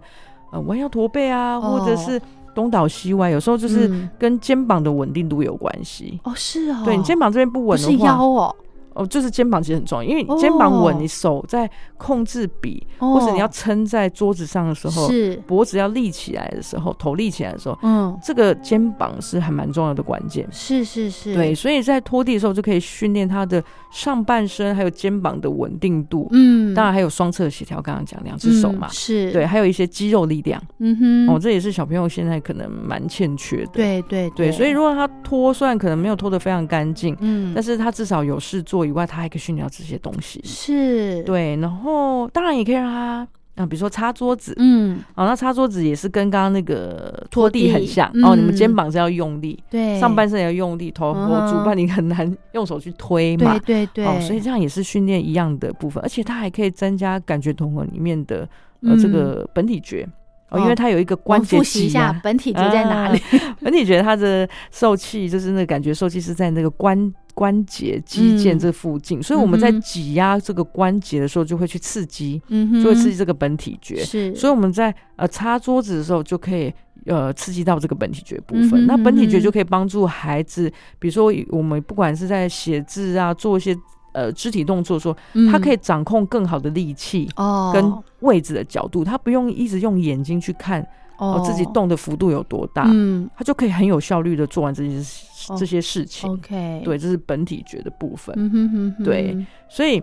Speaker 3: 呃弯腰驼背啊，或者
Speaker 2: 哦
Speaker 3: 是东倒西歪，有时候就是
Speaker 2: 嗯
Speaker 3: 跟肩膀的稳定度有关系。
Speaker 2: 哦是哦，
Speaker 3: 对你肩膀这边不
Speaker 2: 不
Speaker 3: 稳
Speaker 2: 是
Speaker 3: 的话
Speaker 2: 腰，哦，
Speaker 3: 哦，就是肩膀其实很重要，因为你肩膀稳，
Speaker 2: 哦
Speaker 3: 你手在控制笔，
Speaker 2: 哦
Speaker 3: 或者你要撑在桌子上的时候，
Speaker 2: 是
Speaker 3: 脖子要立起来的时候，头立起来的时候，
Speaker 2: 嗯
Speaker 3: 这个肩膀是还蛮重要的关键。
Speaker 2: 是是是，
Speaker 3: 对，所以在拖地的时候就可以训练他的上半身还有肩膀的稳定度，
Speaker 2: 嗯，
Speaker 3: 当然还有双侧协调，刚刚讲两只手嘛
Speaker 2: 嗯，是，
Speaker 3: 对，，还有一些肌肉力量、
Speaker 2: 嗯哼，
Speaker 3: 哦，这也是小朋友现在可能蛮欠缺的。
Speaker 2: 对对
Speaker 3: 对，所以如果他拖，虽然可能没有拖得非常干净，
Speaker 2: 嗯，
Speaker 3: 但
Speaker 2: 是
Speaker 3: 是他至少有事做以外，他还可以训练到这些东西。
Speaker 2: 是，，
Speaker 3: 对，然后当然也可以让他。啊，比如说擦桌子，
Speaker 2: 嗯，
Speaker 3: 哦，那擦桌子也是跟刚刚那个拖
Speaker 2: 拖
Speaker 3: 地很
Speaker 2: 地
Speaker 3: 像、哦。你们
Speaker 2: 嗯
Speaker 3: 肩膀是要用力，
Speaker 2: 对，
Speaker 3: 上半身也要用力，头
Speaker 2: 嗯
Speaker 3: 头
Speaker 2: 哼
Speaker 3: 主办你很难用手去推嘛哦
Speaker 2: 对。对对，
Speaker 3: 哦，所以这样也是训练一样的部分，而且它还可以增加感觉统合里面的呃这
Speaker 2: 嗯
Speaker 3: 个本体觉。哦，因
Speaker 2: 哦
Speaker 3: 为它有一个
Speaker 2: 我
Speaker 3: 关
Speaker 2: 们
Speaker 3: 节
Speaker 2: 复习一
Speaker 3: 肌
Speaker 2: 下
Speaker 3: 啊，
Speaker 2: 本体觉在哪里？
Speaker 3: *laughs* 本体啊觉它的受气就是那个感觉受气是在那个关关节肌腱
Speaker 2: 嗯
Speaker 3: 这附近，所以我们在
Speaker 2: 嗯哼
Speaker 3: 挤压这个关节的时候就会去刺激，
Speaker 2: 嗯哼
Speaker 3: 就会刺激这个本体觉。
Speaker 2: 是，
Speaker 3: 所以我们在呃擦桌子的时候就可以呃刺激到这个本体觉部
Speaker 2: 嗯
Speaker 3: 分。
Speaker 2: 哼
Speaker 3: 那本体觉
Speaker 2: 嗯哼
Speaker 3: 就可以帮助孩子，比如说我们不管是在写字啊，做一些呃肢体动作的时候，说
Speaker 2: 以
Speaker 3: 他可以掌控更好的力气。
Speaker 2: 嗯哦
Speaker 3: 跟位置的角度，他不用一直用眼睛去看哦自己动的幅度有多大，
Speaker 2: 嗯
Speaker 3: 他就可以很有效率的做完这些事
Speaker 2: 哦
Speaker 3: 这些事情。
Speaker 2: ，OK，，
Speaker 3: 啊对，这是本体觉的部分。
Speaker 2: 嗯哼哼哼，
Speaker 3: 对，所以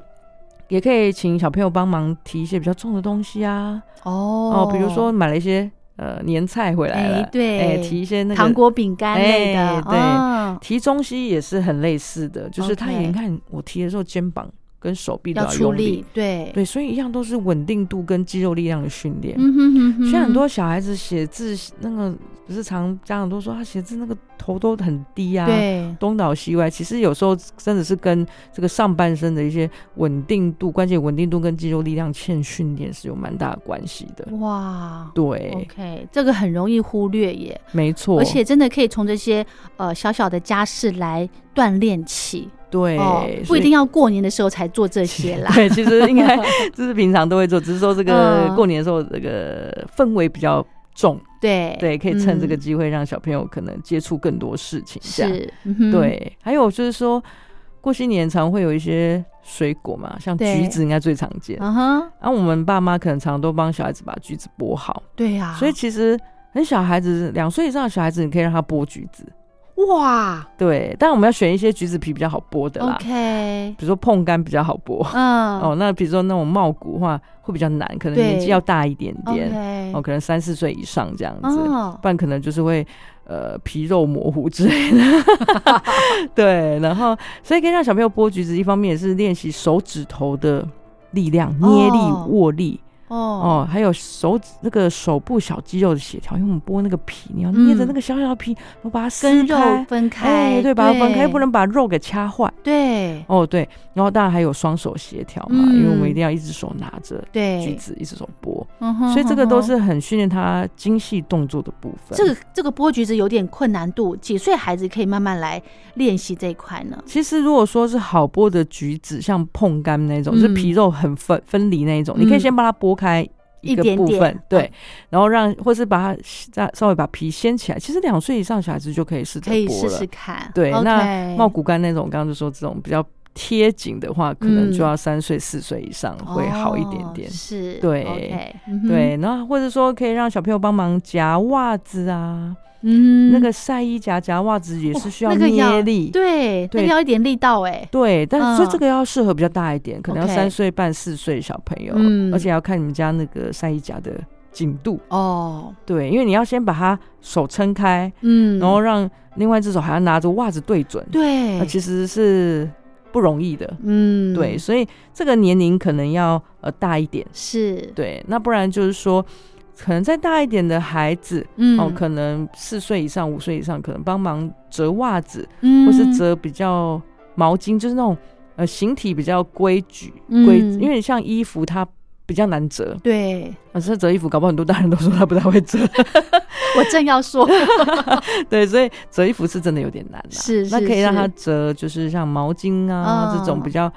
Speaker 3: 也可以请小朋友帮忙提一些比较重的东西啊，
Speaker 2: 哦
Speaker 3: 哦，比如说买了一些呃年菜回来了，
Speaker 2: 哎对
Speaker 3: 哎提一些那个
Speaker 2: 糖，果、饼干类的，
Speaker 3: 哎对
Speaker 2: 哦
Speaker 3: 提中西也是很类似的，就是他
Speaker 2: OK
Speaker 3: 也你看我提的时候肩膀跟手臂都
Speaker 2: 要出
Speaker 3: 用
Speaker 2: 力
Speaker 3: 力，，
Speaker 2: 对，
Speaker 3: 对，所以一样都是稳定度跟肌肉力量的训练。
Speaker 2: 嗯哼哼哼，
Speaker 3: 像很多小孩子写字，那个不是常家长都说他写字那个头都很低啊，
Speaker 2: 对，
Speaker 3: 东倒西歪。其实有时候真的是跟这个上半身的一些稳定度、关节稳定度跟肌肉力量欠训练是有蛮大的关系的。
Speaker 2: 哇
Speaker 3: 对，
Speaker 2: 哦，OK，这个很容易忽略耶，
Speaker 3: 没错，
Speaker 2: 而且真的可以从这些呃小小的家事来锻炼起，
Speaker 3: 对、
Speaker 2: 哦，不
Speaker 3: 所以。
Speaker 2: 一定要过年的时候才做这些啦
Speaker 3: 对，其实应
Speaker 2: *laughs*
Speaker 3: 该就是平常都会做，只是说这个
Speaker 2: 嗯
Speaker 3: 过年的时候这个氛围比较重，
Speaker 2: 对
Speaker 3: *laughs* 对，可以趁这个
Speaker 2: 嗯
Speaker 3: 机会让小朋友可能接触更多事情，这样
Speaker 2: 是，嗯哼，
Speaker 3: 对。还有就是说，过新年常会有一些水果嘛，像
Speaker 2: 对
Speaker 3: 橘子应该最常见。
Speaker 2: 嗯哼，
Speaker 3: 啊，我们爸妈可能常都帮小孩子把橘子剥好，
Speaker 2: 对啊呀，
Speaker 3: 所以其实很小孩子两岁以上的小孩子，你可以让他剥橘子，
Speaker 2: 哇
Speaker 3: 对。但我们要选一些橘子皮比较好剥的啦
Speaker 2: ，OK，
Speaker 3: 比如说碰干比较好剥。
Speaker 2: 嗯，
Speaker 3: 哦，那比如说那种茂谷的话会比较难，可能
Speaker 2: 对
Speaker 3: 年纪要大一点点，
Speaker 2: ，OK，
Speaker 3: 哦，可能三四岁以上这样子，
Speaker 2: 哦
Speaker 3: 不然可能就是会呃皮肉模糊之类的。 *laughs* 对，然后所以可以让小朋友剥橘子，一方面也是练习手指头的力量、捏力、
Speaker 2: 哦
Speaker 3: 握力
Speaker 2: 哦，
Speaker 3: 哦，还有手指那个手部小肌肉的协调，因为我们剥那个皮，你要捏着
Speaker 2: 嗯
Speaker 3: 那个小小的皮，然后把它
Speaker 2: 跟
Speaker 3: 撕
Speaker 2: 肉
Speaker 3: 开。
Speaker 2: 分
Speaker 3: 哎，
Speaker 2: 开，
Speaker 3: 对，把它分开，不能把肉给掐坏。
Speaker 2: 对
Speaker 3: 哦，对，然后当然还有双手协调嘛，因为我
Speaker 2: 嗯
Speaker 3: 们一定要一只手拿着橘
Speaker 2: 对，
Speaker 3: 子，一只手剥，
Speaker 2: 嗯哼
Speaker 3: 所以这个
Speaker 2: 哼
Speaker 3: 都
Speaker 2: 哼
Speaker 3: 是很训练他精细动作的部分。
Speaker 2: 这个这个剥橘子有点困难度，几岁孩子可以慢慢来练习这一块呢？
Speaker 3: 其实如果说是好剥的橘子，像碰干那种，
Speaker 2: 嗯
Speaker 3: 就是皮肉很分分离那一种，你可以
Speaker 2: 嗯
Speaker 3: 先把它剥开。
Speaker 2: 一
Speaker 3: 一个
Speaker 2: 点
Speaker 3: 部
Speaker 2: 点
Speaker 3: 分
Speaker 2: 嗯
Speaker 3: 对，然后让或是把它再稍微把皮掀起来。其实两岁以上小孩子就可以试着
Speaker 2: 可以
Speaker 3: 剥
Speaker 2: 试
Speaker 3: 了。
Speaker 2: 试看。
Speaker 3: 对
Speaker 2: o k
Speaker 3: 那茂谷干那种，刚刚就说这种比较贴紧的话，可能
Speaker 2: 嗯
Speaker 3: 就要三岁四岁以上会好一点点
Speaker 2: 哦、。是，嗯
Speaker 3: 对
Speaker 2: o k
Speaker 3: 对，，那或者说可以让小朋友帮忙夹袜子啊，
Speaker 2: 嗯哼，
Speaker 3: 那个晒衣夹夹袜子也
Speaker 2: 哦
Speaker 3: 是需要
Speaker 2: 那个要
Speaker 3: 捏力，
Speaker 2: 对，那
Speaker 3: 对
Speaker 2: 个要一点力道哎、
Speaker 3: 对，但
Speaker 2: 嗯
Speaker 3: 是所以这个要适合比较大一点，可能要
Speaker 2: OK
Speaker 3: 三岁半、四岁小朋友，
Speaker 2: 嗯
Speaker 3: 而且要看你们家那个晒衣夹的紧度，
Speaker 2: 哦，
Speaker 3: 对，因为你要先把他手撑开，
Speaker 2: 嗯，
Speaker 3: 然后让另外一只手还要拿着袜子对准，
Speaker 2: 对，
Speaker 3: 那其实是不容易的，
Speaker 2: 嗯，
Speaker 3: 对，，所以这个年龄可能要呃大一点，
Speaker 2: 是，
Speaker 3: 对，那不然就是说。可能再大一点的孩子，
Speaker 2: 嗯
Speaker 3: 哦，可能四岁以上、五岁以上，可能帮忙折袜子，
Speaker 2: 嗯，
Speaker 3: 或是折比较毛巾，就是那种呃形体比较规矩
Speaker 2: 嗯
Speaker 3: 规，因为像衣服它比较难折，
Speaker 2: 对，
Speaker 3: 啊，这折衣服搞不好很多大人都说他不太会
Speaker 2: *laughs*
Speaker 3: 折，
Speaker 2: 我正要
Speaker 3: *laughs*
Speaker 2: 说，
Speaker 3: 对，所以折衣服是真的有点难啦。啊
Speaker 2: 是
Speaker 3: 那
Speaker 2: 是
Speaker 3: 可以让
Speaker 2: 是
Speaker 3: 他折，就是像毛巾啊、
Speaker 2: 嗯
Speaker 3: 这种比较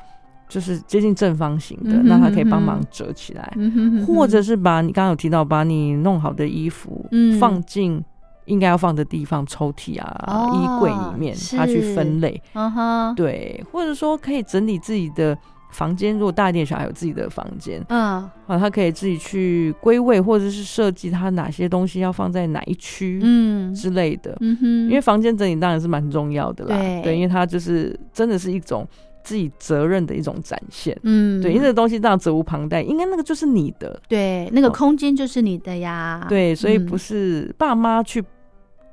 Speaker 3: 就是接近正方形的，
Speaker 2: 嗯哼
Speaker 3: 那他可以帮
Speaker 2: 嗯
Speaker 3: 忙
Speaker 2: 哼
Speaker 3: 折起来，
Speaker 2: 嗯哼哼哼
Speaker 3: 或者是把你刚刚有提到把你弄好的衣服、
Speaker 2: 嗯
Speaker 3: 放进。应该要放的地方，抽屉啊、
Speaker 2: 哦
Speaker 3: 衣柜里面，他去
Speaker 2: 是
Speaker 3: 分类。
Speaker 2: 嗯哼，
Speaker 3: 对，或者说可以整理自己的房间。如果大一点小孩有自己的房间
Speaker 2: 嗯
Speaker 3: 啊，他可以自己去归位，或者是设计他哪些东西要放在哪一区
Speaker 2: 嗯
Speaker 3: 之类的。
Speaker 2: 嗯哼，
Speaker 3: 因为房间整理当然是蛮重要的啦，
Speaker 2: 对
Speaker 3: 因为它就是真的是一种自己责任的一种展现。
Speaker 2: 嗯
Speaker 3: 对，因为这个东西当然责无旁贷，应该那个就是你的，
Speaker 2: 对那个
Speaker 3: 哦
Speaker 2: 空间就是你的呀，，
Speaker 3: 对，所以
Speaker 2: 嗯
Speaker 3: 不是爸妈去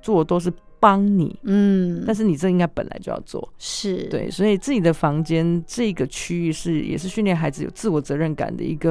Speaker 3: 做都是帮你，
Speaker 2: 嗯，
Speaker 3: 但是你这应该本来就要做。
Speaker 2: 是，
Speaker 3: 对，所以自己的房间这个区域是也是训练孩子有自我责任感的一个、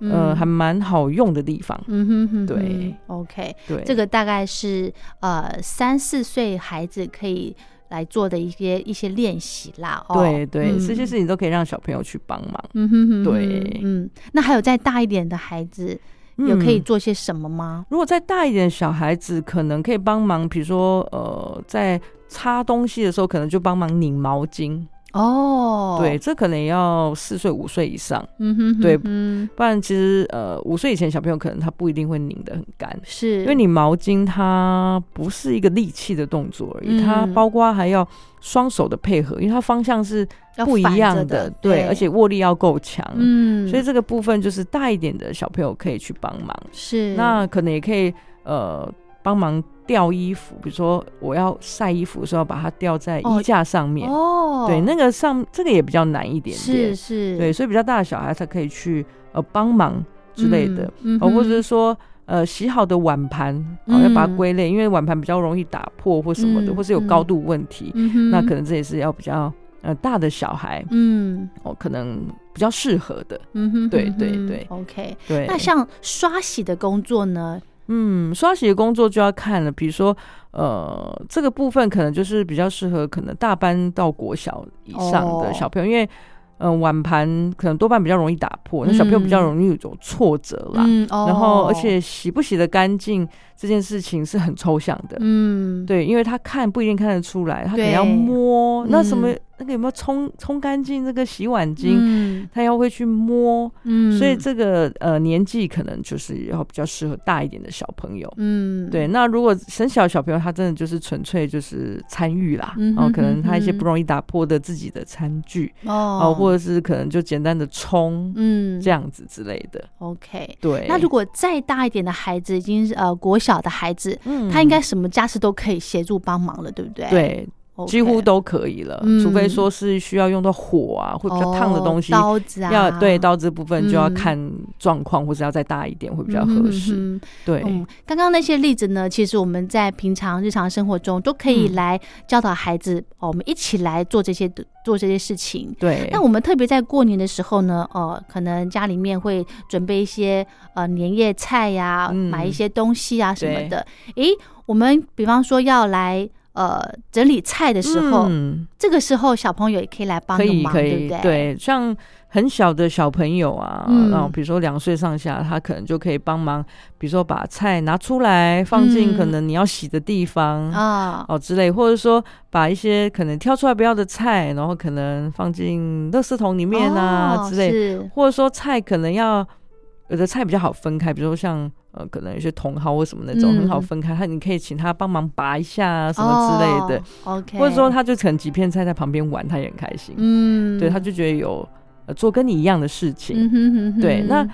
Speaker 3: 呃
Speaker 2: 嗯
Speaker 3: 还蛮好用的地方。
Speaker 2: 嗯哼哼哼，
Speaker 3: 对
Speaker 2: ，OK，
Speaker 3: 对，
Speaker 2: 这个大概是呃三四岁孩子可以来做的一些一些练习啦。哦、
Speaker 3: 对对、
Speaker 2: 嗯
Speaker 3: 这些事情都可以让小朋友去帮忙。
Speaker 2: 嗯哼哼哼，
Speaker 3: 对
Speaker 2: 嗯，那还有再大一点的孩子，有可以
Speaker 3: 嗯
Speaker 2: 做些什么吗？
Speaker 3: 如果再大一点，小孩子可能可以帮忙，比如说呃，在擦东西的时候，可能就帮忙拧毛巾。
Speaker 2: 哦，
Speaker 3: 嗯对，，这可能也要四岁五岁以上，
Speaker 2: 嗯哼哼
Speaker 3: 对
Speaker 2: 嗯，
Speaker 3: 不然其实呃五岁以前小朋友可能他不一定会拧得很干。
Speaker 2: 是，
Speaker 3: 因为拧毛巾它不是一个力气的动作而已，
Speaker 2: 嗯
Speaker 3: 它包括还要双手的配合，因为它方向是
Speaker 2: 要
Speaker 3: 不一
Speaker 2: 反着
Speaker 3: 样
Speaker 2: 的
Speaker 3: 对
Speaker 2: 对，
Speaker 3: 而且握力要够强，
Speaker 2: 嗯，
Speaker 3: 所以这个部分就是大一点的小朋友可以去帮忙，
Speaker 2: 是
Speaker 3: 那可能也可以呃帮忙吊衣服，比如说我要晒衣服的时候，把它吊在
Speaker 2: 哦
Speaker 3: 衣架上面，
Speaker 2: 哦，
Speaker 3: 对，那个上这个也比较难一点点
Speaker 2: 是，是，
Speaker 3: 对，所以比较大的小孩才可以去呃帮忙之类的，
Speaker 2: 嗯，嗯
Speaker 3: 哦，或者
Speaker 2: 哼
Speaker 3: 是说呃洗好的碗盘，哦要把它
Speaker 2: 嗯
Speaker 3: 归类，因为碗盘比较容易打破或什么的，
Speaker 2: 嗯
Speaker 3: 或是有高度问题，
Speaker 2: 嗯哼，
Speaker 3: 那可能这也是要比较呃大的小孩
Speaker 2: 嗯
Speaker 3: 哦，可能比较适合的。
Speaker 2: 嗯哼，
Speaker 3: 对
Speaker 2: 嗯
Speaker 3: 对
Speaker 2: 哼
Speaker 3: 对
Speaker 2: ，OK。
Speaker 3: 对，
Speaker 2: 那像刷洗的工作呢？
Speaker 3: 嗯刷洗的工作就要看了，比如说呃这个部分可能就是比较适合可能大班到国小以上
Speaker 2: 哦
Speaker 3: 的小朋友，因为。嗯，碗盘可能多半比较容易打破，那小朋友比较
Speaker 2: 嗯
Speaker 3: 容易有种挫折啦。
Speaker 2: 嗯，哦，
Speaker 3: 然后，而且洗不洗的干净这件事情是很抽象的。
Speaker 2: 嗯，
Speaker 3: 对，因为他看不一定看得出来，他可能要
Speaker 2: 对
Speaker 3: 摸那什么、
Speaker 2: 嗯
Speaker 3: 那个有没有冲冲干净那个洗碗巾，
Speaker 2: 嗯
Speaker 3: 他要会去摸，
Speaker 2: 嗯，
Speaker 3: 所以这个呃年纪可能就是要比较适合大一点的小朋友。
Speaker 2: 嗯
Speaker 3: 对，那如果很小的小朋友，他真的就是纯粹就是参与啦，
Speaker 2: 嗯
Speaker 3: 哦
Speaker 2: 哼，
Speaker 3: 可能
Speaker 2: 哼
Speaker 3: 他一些
Speaker 2: 哼
Speaker 3: 不容易打破的自己的餐具，
Speaker 2: 哦
Speaker 3: 哦，或者是可能就简单的冲、
Speaker 2: 嗯
Speaker 3: 这样子之类的。
Speaker 2: OK。
Speaker 3: 对，
Speaker 2: 那如果再大一点的孩子，已经是呃国小的孩子，
Speaker 3: 嗯
Speaker 2: 他应该什么家事都可以协助帮忙了，对不对？
Speaker 3: 对
Speaker 2: OK，
Speaker 3: 几乎都可以了，除非
Speaker 2: 嗯
Speaker 3: 说是需要用到火啊，会比较烫的
Speaker 2: 哦
Speaker 3: 东西，
Speaker 2: 刀子啊，
Speaker 3: 要对刀子部分就要
Speaker 2: 嗯
Speaker 3: 看状况，或者要再大一点会比较
Speaker 2: 嗯哼
Speaker 3: 合
Speaker 2: 嗯
Speaker 3: 适。
Speaker 2: 哼
Speaker 3: 对，
Speaker 2: 嗯，刚刚那些例子呢，其实我们在平常日常生活中都可以
Speaker 3: 嗯
Speaker 2: 来教导孩子，哦，我们一起来做这些做这些事情。
Speaker 3: 对，
Speaker 2: 那我们特别在过年的时候呢，呃，可能家里面会准备一些呃年夜菜呀、
Speaker 3: 嗯
Speaker 2: 买一些东西啊什么
Speaker 3: 对
Speaker 2: 的。诶，我们比方说要来呃整理菜的时候，
Speaker 3: 嗯
Speaker 2: 这个时候小朋友也可以来帮
Speaker 3: 可
Speaker 2: 个
Speaker 3: 以
Speaker 2: 忙，
Speaker 3: 可
Speaker 2: 对不
Speaker 3: 以
Speaker 2: 对？，
Speaker 3: 对，像很小的小朋友啊，
Speaker 2: 嗯
Speaker 3: 然后比如说两岁上下，他可能就可以帮忙，比如说把菜拿出来放进可
Speaker 2: 嗯
Speaker 3: 能你要洗的地方。
Speaker 2: 啊、
Speaker 3: 哦，之类，或者说把一些可能挑出来不要的菜，然后可能放进垃圾桶里面啊、
Speaker 2: 哦
Speaker 3: 之类，
Speaker 2: 是
Speaker 3: 或者说菜可能要有的菜比较好分开，比如说像呃，可能有些茼蒿或什么那种、
Speaker 2: 嗯
Speaker 3: 很好分开，他你可以请他帮忙拔一下啊什么之类的，
Speaker 2: 哦、，OK，
Speaker 3: 或者说他就可能几片菜在旁边玩，他也很开心，
Speaker 2: 嗯，
Speaker 3: 对，他就觉得有、呃、做跟你一样的事情，
Speaker 2: 嗯哼哼哼
Speaker 3: 对，那呃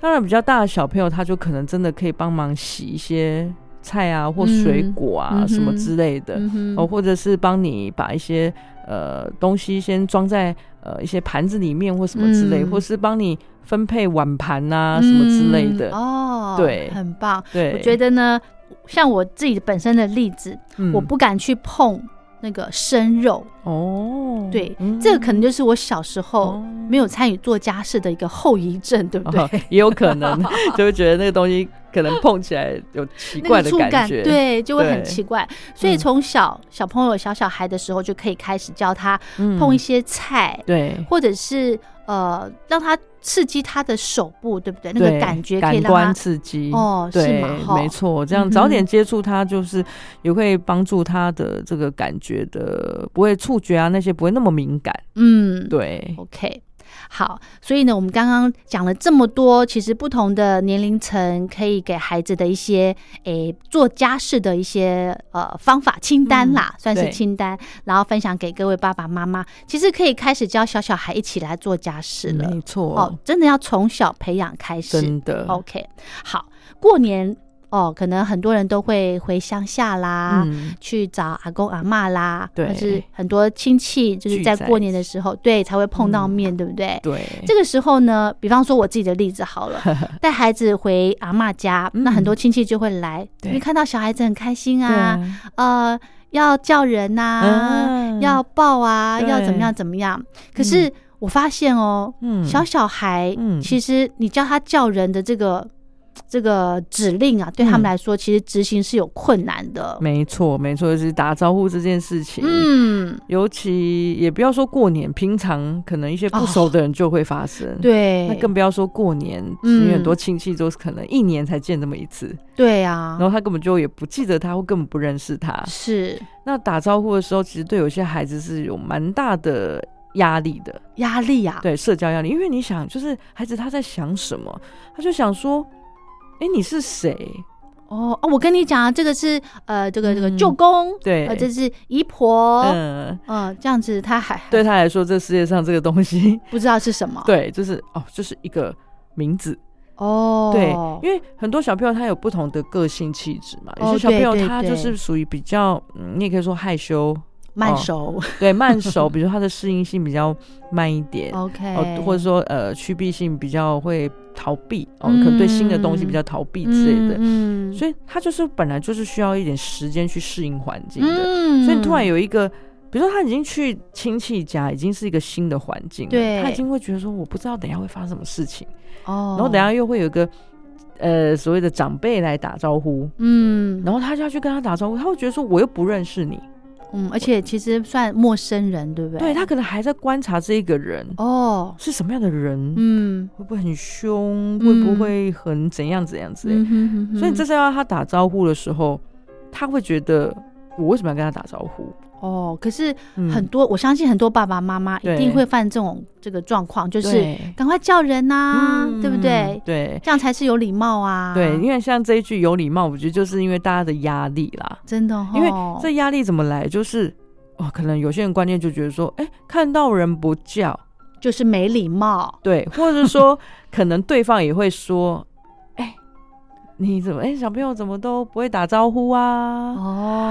Speaker 3: 当然比较大的小朋友他就可能真的可以帮忙洗一些菜啊或水
Speaker 2: 嗯
Speaker 3: 果啊、
Speaker 2: 嗯哼
Speaker 3: 什么之类的，
Speaker 2: 嗯哼
Speaker 3: 哦，或者是帮你把一些呃东西先装在呃一些盘子里面或什么之类，
Speaker 2: 嗯
Speaker 3: 或是帮你分配碗盘啊、什么之类的。
Speaker 2: 嗯哦，
Speaker 3: 对
Speaker 2: 很棒。
Speaker 3: 对，
Speaker 2: 我觉
Speaker 3: 得、
Speaker 2: 得呢，像我自己本身的例子，
Speaker 3: 嗯
Speaker 2: 我不敢去碰那个生肉，
Speaker 3: 哦，
Speaker 2: 对，
Speaker 3: 嗯
Speaker 2: 这个可能就是我小时候
Speaker 3: 哦
Speaker 2: 没有参与做家事的一个后遗症，对不对？ *laughs*
Speaker 3: 哦也有可能 *laughs* 就会觉得那个东西可能碰起来有奇
Speaker 2: 那
Speaker 3: 怪
Speaker 2: 个
Speaker 3: 的
Speaker 2: 触感，
Speaker 3: 觉，
Speaker 2: 对，就会很
Speaker 3: 对
Speaker 2: 奇怪。所以
Speaker 3: 嗯
Speaker 2: 从小小朋友、小小孩的时候，就可以开始教他
Speaker 3: 嗯
Speaker 2: 碰一些菜，
Speaker 3: 对。
Speaker 2: 或者是呃，让他刺激他的手部，对不对？那个
Speaker 3: 对
Speaker 2: 感觉可以
Speaker 3: 感
Speaker 2: 让他
Speaker 3: 官刺激
Speaker 2: 哦是
Speaker 3: 对
Speaker 2: 吗哈，
Speaker 3: 没错，这
Speaker 2: 嗯哼
Speaker 3: 样早点接触它，就是也会帮助他的这个感觉的，不会触觉啊那些不会那么敏感，
Speaker 2: 嗯，
Speaker 3: 对，
Speaker 2: OK，好，所以呢，我们刚刚讲了这么多，其实不同的年龄层可以给孩子的一些诶做家事的一些呃方法清单啦，算是
Speaker 3: 嗯对
Speaker 2: 清单，然后分享给各位爸爸妈妈。其实可以开始教小小孩一起来做家事了，
Speaker 3: 没错，
Speaker 2: 哦，真的要从小培养开始
Speaker 3: 真。的
Speaker 2: OK，好，过年哦，可能很多人都会回乡下啦，
Speaker 3: 嗯，
Speaker 2: 去找阿公阿嬷啦，
Speaker 3: 对
Speaker 2: 或是很多亲戚，就是在
Speaker 3: 聚在
Speaker 2: 过年的时候，对才会碰到
Speaker 3: 嗯
Speaker 2: 面，对不对？
Speaker 3: 对，
Speaker 2: 这个时候呢，比方说我自己的例子
Speaker 3: *laughs*
Speaker 2: 好了，带孩子回阿嬷家，那很多亲戚就会来，因
Speaker 3: 嗯对
Speaker 2: 为看到小孩子很开心
Speaker 3: 对
Speaker 2: 啊，
Speaker 3: 啊
Speaker 2: 呃，要叫人啊呐、
Speaker 3: 嗯
Speaker 2: 要抱啊，
Speaker 3: 对
Speaker 2: 要怎么样怎么样。可是我发现哦，
Speaker 3: 嗯
Speaker 2: 小小孩
Speaker 3: 嗯
Speaker 2: 其实你叫他叫人的这个这个指令啊，对他们来说其实执行是有困难的。
Speaker 3: 嗯没错，没错，就是打招呼这件事情。
Speaker 2: 嗯，
Speaker 3: 尤其也不要说过年，平常可能一些不熟的人就会发生。。
Speaker 2: 哦对，
Speaker 3: 那更不要说过年，
Speaker 2: 嗯
Speaker 3: 因为很多亲戚都是可能一年才见这么一次，
Speaker 2: 对啊
Speaker 3: 然，后他根本就也不记得他，或根本不认识他。
Speaker 2: 是
Speaker 3: 那打招呼的时候，其实对有些孩子是有蛮大的压力的，
Speaker 2: 压力啊，
Speaker 3: 对社交压力，因为你想，就是孩子他在想什么，他就想说，哎，你是谁？
Speaker 2: 哦哦，我跟你讲啊，这个是呃，这个这个
Speaker 3: 嗯
Speaker 2: 舅公，
Speaker 3: 对
Speaker 2: 呃，这是姨婆，嗯、
Speaker 3: 嗯，
Speaker 2: 这样子他还
Speaker 3: 对他来说，这世界上这个东西，
Speaker 2: 不知道是什么，
Speaker 3: *laughs* 对，就是哦，就是一个名字。
Speaker 2: 哦，
Speaker 3: 对，因为很多小朋友他有不同的个性气质嘛，有
Speaker 2: 哦
Speaker 3: 些小朋友
Speaker 2: 对对
Speaker 3: 他就
Speaker 2: 对
Speaker 3: 是属于比较，嗯你也可以说害羞，
Speaker 2: 慢
Speaker 3: 哦
Speaker 2: 熟、*laughs*
Speaker 3: 对，慢熟，比如说他的适应性比较慢一点。
Speaker 2: o k
Speaker 3: 哦，或者说呃，趋避性比较会逃避哦，可能对新的东西比较逃避之类的，
Speaker 2: 嗯，
Speaker 3: 所以他就是本来就是需要一点时间去适应环境的。
Speaker 2: 嗯
Speaker 3: 所以突然有一个，比如说他已经去亲戚家，已经是一个新的环境了，
Speaker 2: 对
Speaker 3: 他已经会觉得说我不知道等一下会发生什么事情，
Speaker 2: 哦，
Speaker 3: 然后等一下又会有一个呃所谓的长辈来打招呼，
Speaker 2: 嗯，
Speaker 3: 然后他就要去跟他打招呼，他会觉得说我又不认识你，
Speaker 2: 嗯，而且其实算陌生人，对不对？
Speaker 3: 对他可能还在观察这一个人、
Speaker 2: 哦，
Speaker 3: 是什么样的人，
Speaker 2: 嗯，
Speaker 3: 会不会很凶，
Speaker 2: 嗯
Speaker 3: 会不会很怎样怎样之类，
Speaker 2: 嗯哼哼哼
Speaker 3: 所以这次要他打招呼的时候，他会觉得我为什么要跟他打招呼？
Speaker 2: 哦，可是
Speaker 3: 嗯
Speaker 2: 很多、我相信很多爸爸妈妈一
Speaker 3: 对
Speaker 2: 定会犯这种这个状况，就是
Speaker 3: 对
Speaker 2: 赶快叫人呐、啊对不对
Speaker 3: 嗯？对，
Speaker 2: 这样才是有礼貌啊。
Speaker 3: 对，因为像这一句有礼貌，我觉得就是因为大家的压力啦。
Speaker 2: 真的、哦，
Speaker 3: 因为这压力怎么来，就是哦，可能有些人观念就觉得说，哎，看到人不叫，
Speaker 2: 就是没礼貌。
Speaker 3: 对，或
Speaker 2: *laughs*
Speaker 3: 者说可能对方也会说，哎，你怎么，哎，小朋友怎么都不会打招呼啊？
Speaker 2: 哦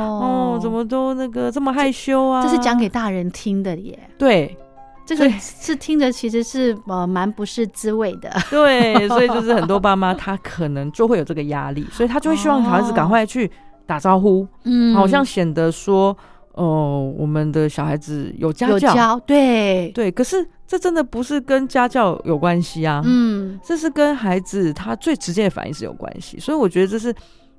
Speaker 3: 哦，怎么都那个这么害羞啊？
Speaker 2: 这是讲给大人听的耶？
Speaker 3: 对
Speaker 2: 这个
Speaker 3: 对
Speaker 2: 是听着其实是呃蛮不是滋味的。
Speaker 3: 对，所以就是很多爸
Speaker 2: *laughs*
Speaker 3: 妈他可能就会有这个压力，所以他就会希望小孩子
Speaker 2: 哦
Speaker 3: 赶快去打招呼。
Speaker 2: 嗯
Speaker 3: 好像显得说，哦，我们的小孩子有家
Speaker 2: 有
Speaker 3: 教，
Speaker 2: 教，对，
Speaker 3: 对，可是这真的不是跟家教有关系啊，
Speaker 2: 嗯，
Speaker 3: 这是跟孩子他最直接的反应是有关系，所以我觉得这是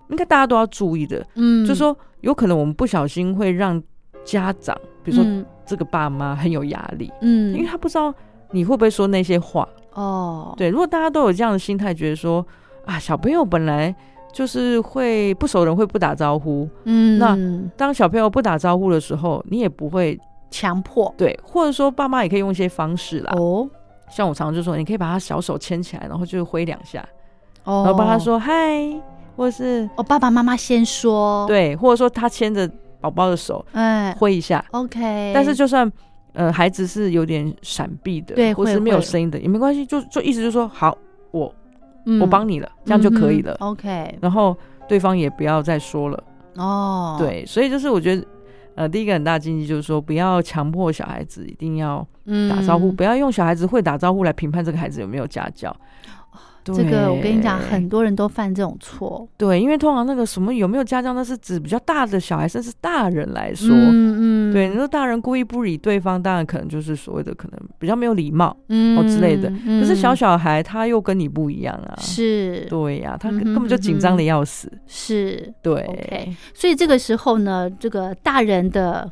Speaker 3: 应该大家都要注意的，
Speaker 2: 嗯，
Speaker 3: 就说有可能我们不小心会让家长，比如说
Speaker 2: 嗯
Speaker 3: 这个爸妈很有压力，因为
Speaker 2: 嗯
Speaker 3: 他不知道你会不会说那些话，
Speaker 2: 哦，
Speaker 3: 对，如果大家都有这样的心态，觉得说啊，小朋友本来就是会不熟人会不打招呼，
Speaker 2: 嗯，
Speaker 3: 那当小朋友不打招呼的时候，你也不会
Speaker 2: 强迫
Speaker 3: 对，或者说爸妈也可以用一些方式啦。
Speaker 2: 哦
Speaker 3: 像我常常就说，你可以把他小手牵起来，然后就挥两下，
Speaker 2: 哦，
Speaker 3: 然后帮他说嗨，或者是
Speaker 2: 哦，爸爸妈妈先说，，
Speaker 3: 对，或者说他牵着宝宝的手
Speaker 2: 哦哎
Speaker 3: 挥一下。
Speaker 2: ，OK，
Speaker 3: 但是就算呃孩子是有点闪避的，
Speaker 2: 对
Speaker 3: 或
Speaker 2: 会
Speaker 3: 是没有
Speaker 2: 会
Speaker 3: 声音的也没关系，就就意思就说好，我我
Speaker 2: 嗯
Speaker 3: 帮你了，这样就可以
Speaker 2: 嗯
Speaker 3: 了。
Speaker 2: 哼 OK，
Speaker 3: 然后对方也不要再说了。
Speaker 2: 哦，，
Speaker 3: 对，所以就是我觉得，呃，第一个很大禁忌就是说，不要强迫小孩子一定要
Speaker 2: 嗯
Speaker 3: 打招呼，不要用小孩子会打招呼来评判这个孩子有没有家教。
Speaker 2: 哦这个我跟你讲，
Speaker 3: 对
Speaker 2: 很多人都犯这种错，
Speaker 3: 对，因为通常那个什么有没有家教，那是指比较大的小孩，甚至大人来说。
Speaker 2: 嗯嗯，
Speaker 3: 对，你说大人故意不理对方，当然可能就是所谓的可能比较没有礼貌。
Speaker 2: 嗯，
Speaker 3: 哦之类的
Speaker 2: 嗯
Speaker 3: 可是小小孩他又跟你不一样啊，
Speaker 2: 是
Speaker 3: 对呀、他
Speaker 2: 嗯哼
Speaker 3: 根本就紧张
Speaker 2: 嗯
Speaker 3: 的
Speaker 2: 哼
Speaker 3: 要死。
Speaker 2: 是，
Speaker 3: 对
Speaker 2: OK 所以这个时候呢，这个大人的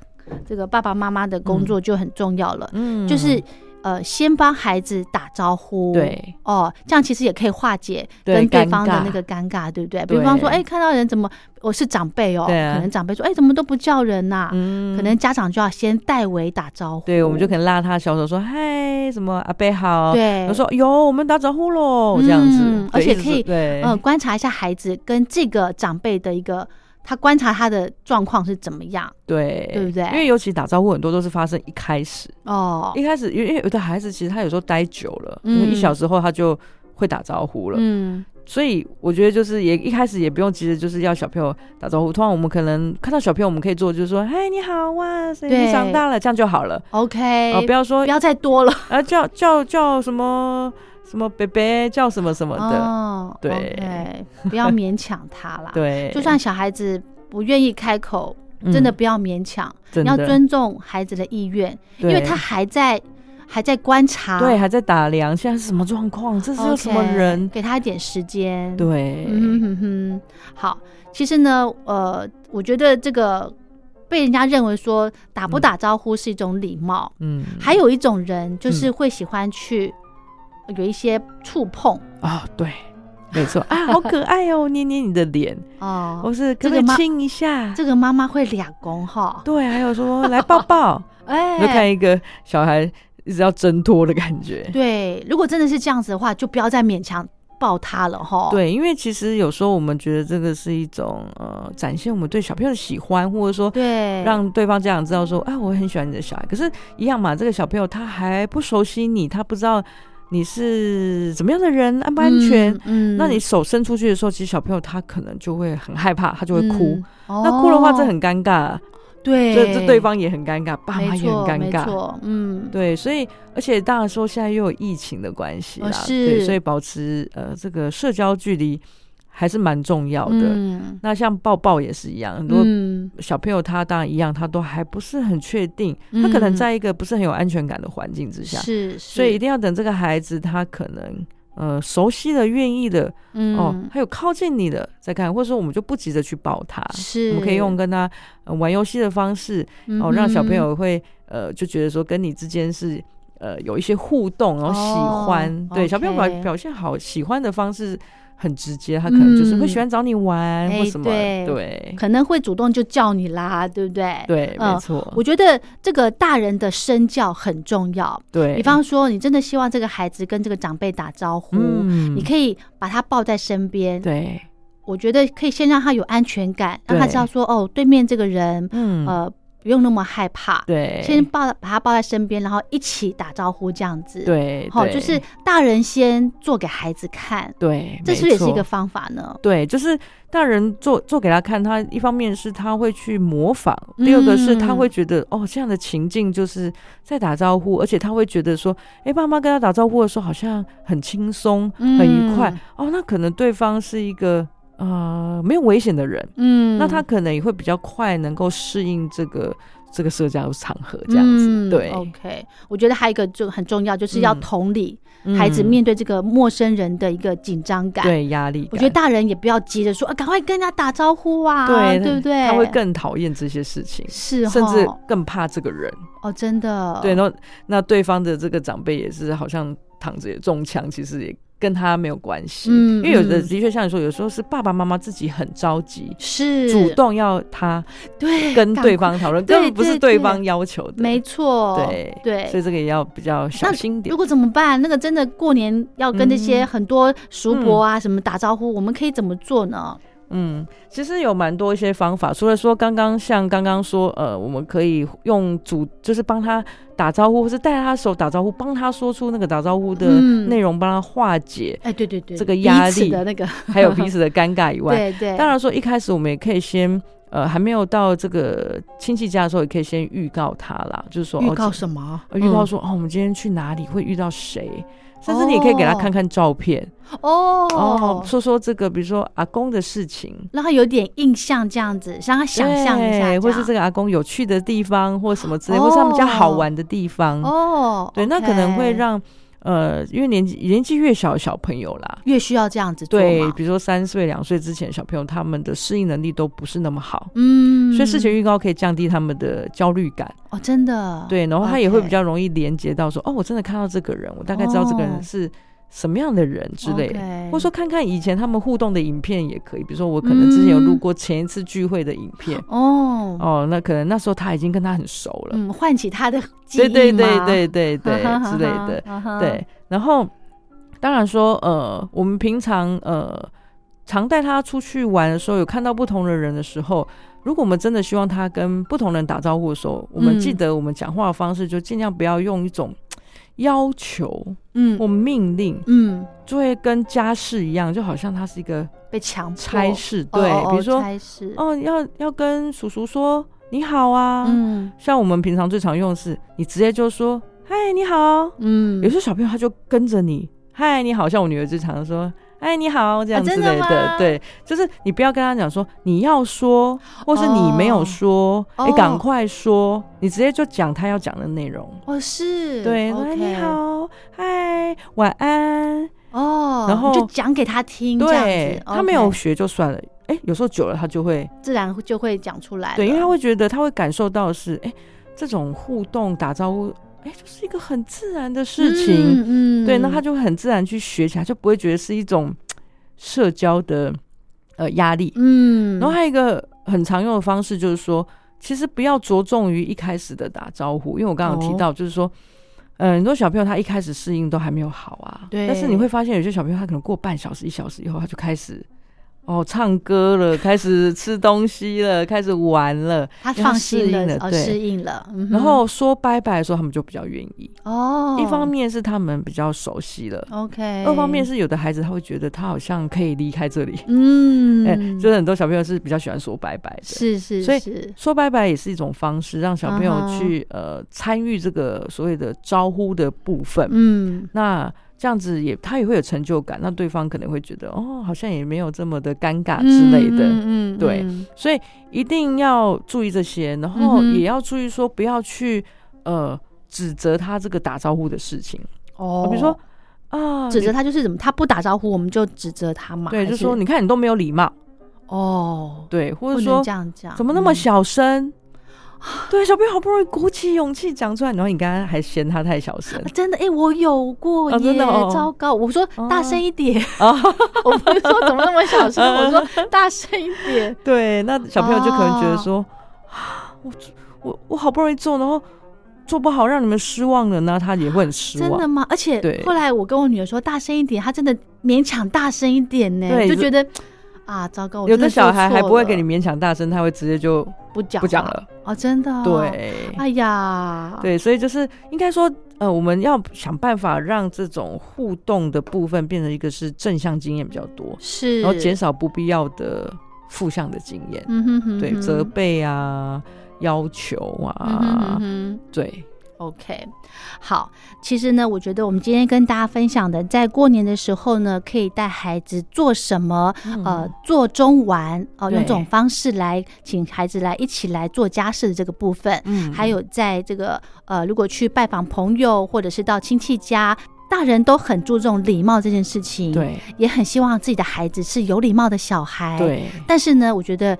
Speaker 2: 这个爸爸妈妈的工作就很重要了，
Speaker 3: 嗯
Speaker 2: 就是呃，先帮孩子打招呼，。
Speaker 3: 对
Speaker 2: 哦，这样其实也可以化解
Speaker 3: 对
Speaker 2: 跟对
Speaker 3: 尴
Speaker 2: 方的
Speaker 3: 尬
Speaker 2: 那个尴尬，对不对？比
Speaker 3: 对
Speaker 2: 方说，哎，看到人怎么我是长辈哦，
Speaker 3: 对啊
Speaker 2: 可能长辈说，哎，怎么都不叫人呐、
Speaker 3: 嗯
Speaker 2: 可能家长就要先代为打招呼，
Speaker 3: 对，我们就可能拉他小手说：“嗨，什么阿贝好。”
Speaker 2: 对
Speaker 3: 我说：“有，我们打招呼喽。”这样子
Speaker 2: 嗯，
Speaker 3: 对
Speaker 2: 而且
Speaker 3: 一直
Speaker 2: 可以
Speaker 3: 说对，
Speaker 2: 呃观察一下孩子跟这个长辈的一个，他观察他的状况是怎么样
Speaker 3: 对，
Speaker 2: 对不对
Speaker 3: 因为尤其打招呼很多都是发生一开始，
Speaker 2: 哦，
Speaker 3: 一开始，因为因为有的孩子其实他有时候待久了，
Speaker 2: 嗯
Speaker 3: 因为一小时后他就会打招呼了，
Speaker 2: 嗯，
Speaker 3: 所以我觉得就是也一开始也不用急着就是要小朋友打招呼。通常我们可能看到小朋友，我们可以做的就是说：“哎嗨，你好哇，谁
Speaker 2: 对
Speaker 3: 你长大了？”这样就好了。
Speaker 2: OK，、
Speaker 3: 啊，不要说
Speaker 2: 哎不要再多了，
Speaker 3: 啊，叫叫叫什么什么贝贝，叫什么什么的。
Speaker 2: 哦，
Speaker 3: 对。，
Speaker 2: OK，不要勉强他啦
Speaker 3: *laughs* 对，
Speaker 2: 就算小孩子不愿意开口，
Speaker 3: 嗯
Speaker 2: 真的不要勉强，
Speaker 3: 真的
Speaker 2: 要尊重孩子的意愿，因
Speaker 3: 对
Speaker 2: 为他还在还在观察，
Speaker 3: 对，，还在打量现在是什么状况，这是有什么人？
Speaker 2: 给他一点时间，
Speaker 3: 对，
Speaker 2: 嗯哼哼，好，其实呢，呃，我觉得这个被人家认为说打不打招呼是一种礼貌，
Speaker 3: 嗯，
Speaker 2: 还有一种人就是会喜欢去有一些触碰
Speaker 3: 啊、对，没错啊， *laughs* 好可爱哦，捏捏你的脸，
Speaker 2: 哦，
Speaker 3: 或是
Speaker 2: 这
Speaker 3: 可不
Speaker 2: 个
Speaker 3: 可以
Speaker 2: 妈
Speaker 3: 亲一下？
Speaker 2: 这个妈妈会两公哈，
Speaker 3: 对，还有说来抱 *laughs* 抱，你就看
Speaker 2: 哎。
Speaker 3: 一个小孩一直要挣脱的感觉。
Speaker 2: 对，如果真的是这样子的话，就不要再勉强抱他了哈。，
Speaker 3: 对，因为其实有时候我们觉得这个是一种呃，展现我们对小朋友的喜欢，或者说
Speaker 2: 对，
Speaker 3: 让对方家长知道说，哎，我很喜欢你的小孩。可是，一样嘛，这个小朋友他还不熟悉你，他不知道你是怎么样的人，安不安全。
Speaker 2: 嗯，嗯
Speaker 3: 那你手伸出去的时候，其实小朋友他可能就会很害怕，他就会哭。
Speaker 2: 嗯
Speaker 3: 那哭的话，
Speaker 2: 哦
Speaker 3: 这很尴尬，
Speaker 2: 对，
Speaker 3: 这这对方也很尴尬，爸妈
Speaker 2: 没
Speaker 3: 也很
Speaker 2: 错
Speaker 3: 尴
Speaker 2: 没
Speaker 3: 尬。
Speaker 2: 错，嗯，
Speaker 3: 对，所以而且当然说现在又有疫情的关系啦，
Speaker 2: 哦是
Speaker 3: 对，所以保持呃这个社交距离还是蛮重要的。
Speaker 2: 嗯，
Speaker 3: 那像抱抱也是一样，很多
Speaker 2: 嗯
Speaker 3: 小朋友他当然一样，他都还不是很确定，
Speaker 2: 嗯
Speaker 3: 他可能在一个不是很有安全感的环境之下，
Speaker 2: 是，
Speaker 3: 所以一
Speaker 2: 定
Speaker 3: 定要等这个孩子他可能呃熟悉了、愿意了、
Speaker 2: 嗯
Speaker 3: 哦，还有靠近你了再看，或者说我们就不急着去抱他，
Speaker 2: 是，
Speaker 3: 我们可以用跟他、呃玩游戏的方式
Speaker 2: 嗯
Speaker 3: 哦，让小朋
Speaker 2: 哼
Speaker 3: 友会呃就觉得说跟你之间是。呃，有一些互动，然后
Speaker 2: 哦
Speaker 3: 喜欢，对小朋友表
Speaker 2: OK
Speaker 3: 表现好，喜欢的方式很直接，他可能就是会喜
Speaker 2: 嗯
Speaker 3: 欢找你玩
Speaker 2: 哎
Speaker 3: 或什么，
Speaker 2: 对
Speaker 3: 对
Speaker 2: 可能会主动就叫你啦，对不对？。
Speaker 3: 对，
Speaker 2: 嗯
Speaker 3: 没错，
Speaker 2: 我觉得这个大人的身教很重要。
Speaker 3: 对，
Speaker 2: 比方说，你真的希望这个孩子跟这个长辈打招呼，
Speaker 3: 嗯
Speaker 2: 你可以把他抱在身边。
Speaker 3: 对，
Speaker 2: 我觉得可以先让他有安全感，让他
Speaker 3: 对
Speaker 2: 知道说，哦，对面这个人，
Speaker 3: 嗯，
Speaker 2: 呃，不用那么害怕。
Speaker 3: 对，
Speaker 2: 先抱把他抱在身边，然后一起打招呼这样子。，
Speaker 3: 对，
Speaker 2: 好，
Speaker 3: 对
Speaker 2: 就是大人先做给孩子看，
Speaker 3: 对，
Speaker 2: 这
Speaker 3: 没
Speaker 2: 是不是也是一个
Speaker 3: 错。
Speaker 2: 方法呢？
Speaker 3: 对，就是大人做做给他看，他一方面是他会去模仿，第二个是他
Speaker 2: 嗯
Speaker 3: 会觉得、哦，这样的情境就是在打招呼，而且他会觉得说，哎，爸妈跟他打招呼的时候好像很轻松、很愉快
Speaker 2: 嗯
Speaker 3: 哦，那可能对方是一个呃没有危险的人，
Speaker 2: 嗯，
Speaker 3: 那他可能也会比较快能够适应这个这个社交场合这样子，
Speaker 2: 嗯
Speaker 3: 对，
Speaker 2: OK，我觉得还有一个就很重要，就是要
Speaker 3: 嗯
Speaker 2: 同理孩子
Speaker 3: 嗯
Speaker 2: 面对这个陌生人的一个紧张感。，
Speaker 3: 对压力感，
Speaker 2: 我觉得大人也不要急着说啊，赶快跟人家打招呼啊，
Speaker 3: 对
Speaker 2: 对不对？
Speaker 3: 他会更讨厌这些事情，
Speaker 2: 是
Speaker 3: 甚至
Speaker 2: 吼
Speaker 3: 更怕这个人。
Speaker 2: 哦，真的
Speaker 3: 对，然后那对方的这个长辈也是好像躺着也中枪，其实也跟他没有关系。
Speaker 2: 嗯
Speaker 3: 因为有的
Speaker 2: 嗯
Speaker 3: 的确像你说，有时候是爸爸妈妈自己很着急，
Speaker 2: 是
Speaker 3: 主动要他
Speaker 2: 对
Speaker 3: 跟
Speaker 2: 赶
Speaker 3: 对
Speaker 2: 快
Speaker 3: 方讨论，
Speaker 2: 对
Speaker 3: 根本不
Speaker 2: 对
Speaker 3: 是
Speaker 2: 对
Speaker 3: 对方要求的。
Speaker 2: 没错，
Speaker 3: 对所以
Speaker 2: 对。
Speaker 3: 这个也要比较小
Speaker 2: 那
Speaker 3: 心一点
Speaker 2: 如。果怎么办？那个真的过年要跟那些
Speaker 3: 嗯
Speaker 2: 很多叔伯啊什么打招呼，我们可以怎么做呢？
Speaker 3: 嗯，其实有蛮多一些方法，除了说刚刚像刚刚说，呃，我们可以用主，就是帮他打招呼，或是带他手打招呼，帮他说出那个打招呼的
Speaker 2: 嗯
Speaker 3: 内容，帮他化解，
Speaker 2: 哎，对对对，
Speaker 3: 这个
Speaker 2: 彼
Speaker 3: 压
Speaker 2: 此
Speaker 3: 力
Speaker 2: 的那个，
Speaker 3: 还有彼此的尴尬以外，
Speaker 2: 对对，
Speaker 3: 当然说一开始我们也可以先。呃，还没有到这个亲戚家的时候，也可以先预告他啦，就是说
Speaker 2: 预告
Speaker 3: 哦
Speaker 2: 什么？
Speaker 3: 呃预告
Speaker 2: 嗯
Speaker 3: 说、哦，我们今天去哪里会遇到谁，甚至你也可以给他
Speaker 2: 哦
Speaker 3: 看看照片
Speaker 2: 哦
Speaker 3: 哦，说说这个，比如说阿公的事情，
Speaker 2: 让他有点印象，这样子，让他想象一下这
Speaker 3: 对
Speaker 2: 样，
Speaker 3: 或是这个阿公有趣的地方，或什么之类，
Speaker 2: 哦
Speaker 3: 或是他们家好玩的地方。
Speaker 2: 哦，
Speaker 3: 对，那
Speaker 2: OK
Speaker 3: 可能会让呃，因为年纪年纪越小的小朋友啦，
Speaker 2: 越需要这样子做
Speaker 3: 对，
Speaker 2: 嘛
Speaker 3: 比如说三岁、两岁之前的小朋友，他们的适应能力都不是那么好，
Speaker 2: 嗯，
Speaker 3: 所以事前预告可以降低他们的焦虑感。
Speaker 2: 哦，真的
Speaker 3: 对，然后他也会
Speaker 2: OK
Speaker 3: 比较容易连接到说，哦，我真的看到这个人，我大概知道这个
Speaker 2: 哦
Speaker 3: 人是。什么样的人之类的
Speaker 2: OK
Speaker 3: 或者说看看以前他们互动的影片也可以，比如说我可能之前有录
Speaker 2: 嗯
Speaker 3: 过前一次聚会的影片，
Speaker 2: 哦，
Speaker 3: 哦，那可能那时候他已经跟他很熟了，
Speaker 2: 嗯，唤起他的记忆
Speaker 3: 对对对
Speaker 2: 嘛
Speaker 3: 对对
Speaker 2: *laughs*
Speaker 3: 对
Speaker 2: 哈哈嗯
Speaker 3: 之类
Speaker 2: 哈
Speaker 3: *laughs* 的，
Speaker 2: 哈哈
Speaker 3: 对。然后当然说，呃，我们平常呃常带他出去玩的时候，有看到不同的人的时候，如果我们真的希望他跟不同人打招呼的时候，我们记
Speaker 2: 嗯
Speaker 3: 得我们讲话的方式就尽量不要用一种要求或
Speaker 2: 嗯
Speaker 3: 命令，
Speaker 2: 嗯，
Speaker 3: 就会跟家事一样，就好像他是一个
Speaker 2: 被强迫
Speaker 3: 差事，对，
Speaker 2: 哦哦
Speaker 3: 比如说，
Speaker 2: 差事，
Speaker 3: 哦，要要跟叔叔说你好啊，
Speaker 2: 嗯
Speaker 3: 像我们平常最常用的是，你直接就说“嗨，你好”。
Speaker 2: 嗯
Speaker 3: 有，些小朋友他就跟着你“嗨，你好”，像我女儿最常说“哎你好这样之
Speaker 2: 哦真的
Speaker 3: 类的，
Speaker 2: 吗
Speaker 3: 对，就是你不要跟他讲说你要说，或是你没有说，
Speaker 2: 哦
Speaker 3: 哎、赶快说，你直接就讲他要讲的内容。
Speaker 2: 哦，是，
Speaker 3: 对，哎
Speaker 2: ，OK
Speaker 3: 你，好，嗨，晚安。
Speaker 2: 哦，
Speaker 3: 然后
Speaker 2: 你就讲给他听，这样
Speaker 3: 对
Speaker 2: 子，
Speaker 3: 他没有
Speaker 2: OK，
Speaker 3: 学就算了，哎、有时候久了他就会，
Speaker 2: 自然就会讲出来了，
Speaker 3: 对，因为他会觉得他会感受到的是，哎、这种互动打招呼，哎、就是一个很自然的事情。
Speaker 2: 嗯，嗯
Speaker 3: 对，那他就会很自然去学起来，就不会觉得是一种社交的呃压力。
Speaker 2: 嗯，
Speaker 3: 然后还有一个很常用的方式就是说，其实不要着重于一开始的打招呼，因为我刚刚有提
Speaker 2: 哦
Speaker 3: 到，就是说，呃，很多小朋友他一开始适应都还没有好啊，
Speaker 2: 对
Speaker 3: 但是你会发现，有些小朋友他可能过半小时、一小时以后，他就开始。哦，唱歌了，开始吃东西了，开始玩了，
Speaker 2: 他
Speaker 3: 因为
Speaker 2: 放
Speaker 3: 适
Speaker 2: 心
Speaker 3: 应
Speaker 2: 了，
Speaker 3: 了，
Speaker 2: 哦，
Speaker 3: 对。
Speaker 2: 适应了，嗯哼
Speaker 3: 然后说拜拜的时候，他们就比较愿意。
Speaker 2: 哦，
Speaker 3: 一方面是他们比较熟悉了，
Speaker 2: OK，
Speaker 3: 二方面是有的孩子他会觉得他好像可以离开这里，
Speaker 2: 嗯，
Speaker 3: 哎、 *laughs* 就是很多小朋友是比较喜欢说拜拜的，
Speaker 2: 是是，
Speaker 3: 所以
Speaker 2: 是
Speaker 3: 说拜拜也是一种方式，让小朋友
Speaker 2: 啊哈
Speaker 3: 去、呃参与这个所谓的招呼的部分。
Speaker 2: 嗯，
Speaker 3: 那这样子也他也会有成就感，那对方可能会觉得哦，好像也没有这么的尴尬之类的。
Speaker 2: 嗯嗯嗯
Speaker 3: 对
Speaker 2: 嗯
Speaker 3: 所以一定要注意这些，然
Speaker 2: 嗯
Speaker 3: 后
Speaker 2: 哼
Speaker 3: 也要注意说不要去呃指责他这个打招呼的事情，
Speaker 2: 哦，
Speaker 3: 比如说啊，
Speaker 2: 指责
Speaker 3: 你
Speaker 2: 他就是怎么，他不打招呼，我们就指责他嘛，
Speaker 3: 对，
Speaker 2: 还
Speaker 3: 就是说你看你都没有礼貌，
Speaker 2: 哦，
Speaker 3: 对，或
Speaker 2: 不
Speaker 3: 者
Speaker 2: 能
Speaker 3: 说
Speaker 2: 这样嗯讲，
Speaker 3: 怎么那么
Speaker 2: 嗯？
Speaker 3: 小声？ *laughs* 对，小朋友好不容易鼓起勇气讲出来，然后你刚刚还嫌他太小
Speaker 2: *laughs*
Speaker 3: 声
Speaker 2: 啊真的，哎、我有过耶，
Speaker 3: 哦真的哦
Speaker 2: 糟糕！我说
Speaker 3: 哦
Speaker 2: 大声一点，
Speaker 3: 啊，
Speaker 2: *laughs* 我不是说怎么那么小声，我
Speaker 3: *laughs*
Speaker 2: 说大声一点。
Speaker 3: 对，那小朋友就可能觉得说，
Speaker 2: 啊
Speaker 3: 啊我我我好不容易做，然后做不好让你们失望了，那他也会很失
Speaker 2: 真的
Speaker 3: 望。
Speaker 2: 吗？而且
Speaker 3: 对
Speaker 2: 后来我跟我女儿说大声一点，她真的勉强大声一点呢，
Speaker 3: 对
Speaker 2: 就觉得啊，糟糕！我
Speaker 3: 有
Speaker 2: 真
Speaker 3: 的
Speaker 2: 做
Speaker 3: 小孩还
Speaker 2: 错
Speaker 3: 不会给
Speaker 2: 了
Speaker 3: 你勉强大声，他会直接就
Speaker 2: 不讲
Speaker 3: 不讲
Speaker 2: 话
Speaker 3: 了。
Speaker 2: 哦，真的、哦、，
Speaker 3: 对，
Speaker 2: 哎呀，
Speaker 3: 对，所以就是应该说，呃，我们要想办法让这种互动的部分变成一个是正向经验比较多，
Speaker 2: 是，
Speaker 3: 然后减少不必要的负向的经验。
Speaker 2: 嗯哼哼哼，
Speaker 3: 对，责备啊，要求
Speaker 2: 嗯哼
Speaker 3: 啊
Speaker 2: 哼，哼。
Speaker 3: 对，
Speaker 2: OK，好，其实呢，我觉得我们今天跟大家分享的，在过年的时候呢，可以带孩子做什么？呃，做中玩哦、用这种
Speaker 3: 嗯对
Speaker 2: 方式来请孩子来一起来做家事的这个部分，
Speaker 3: 嗯
Speaker 2: 还有在这个呃，如果去拜访朋友或者是到亲戚家。大人都很注重礼貌这件事情，，
Speaker 3: 对
Speaker 2: 也很希望自己的孩子是有礼貌的小孩，。
Speaker 3: 对
Speaker 2: 但是呢，我觉得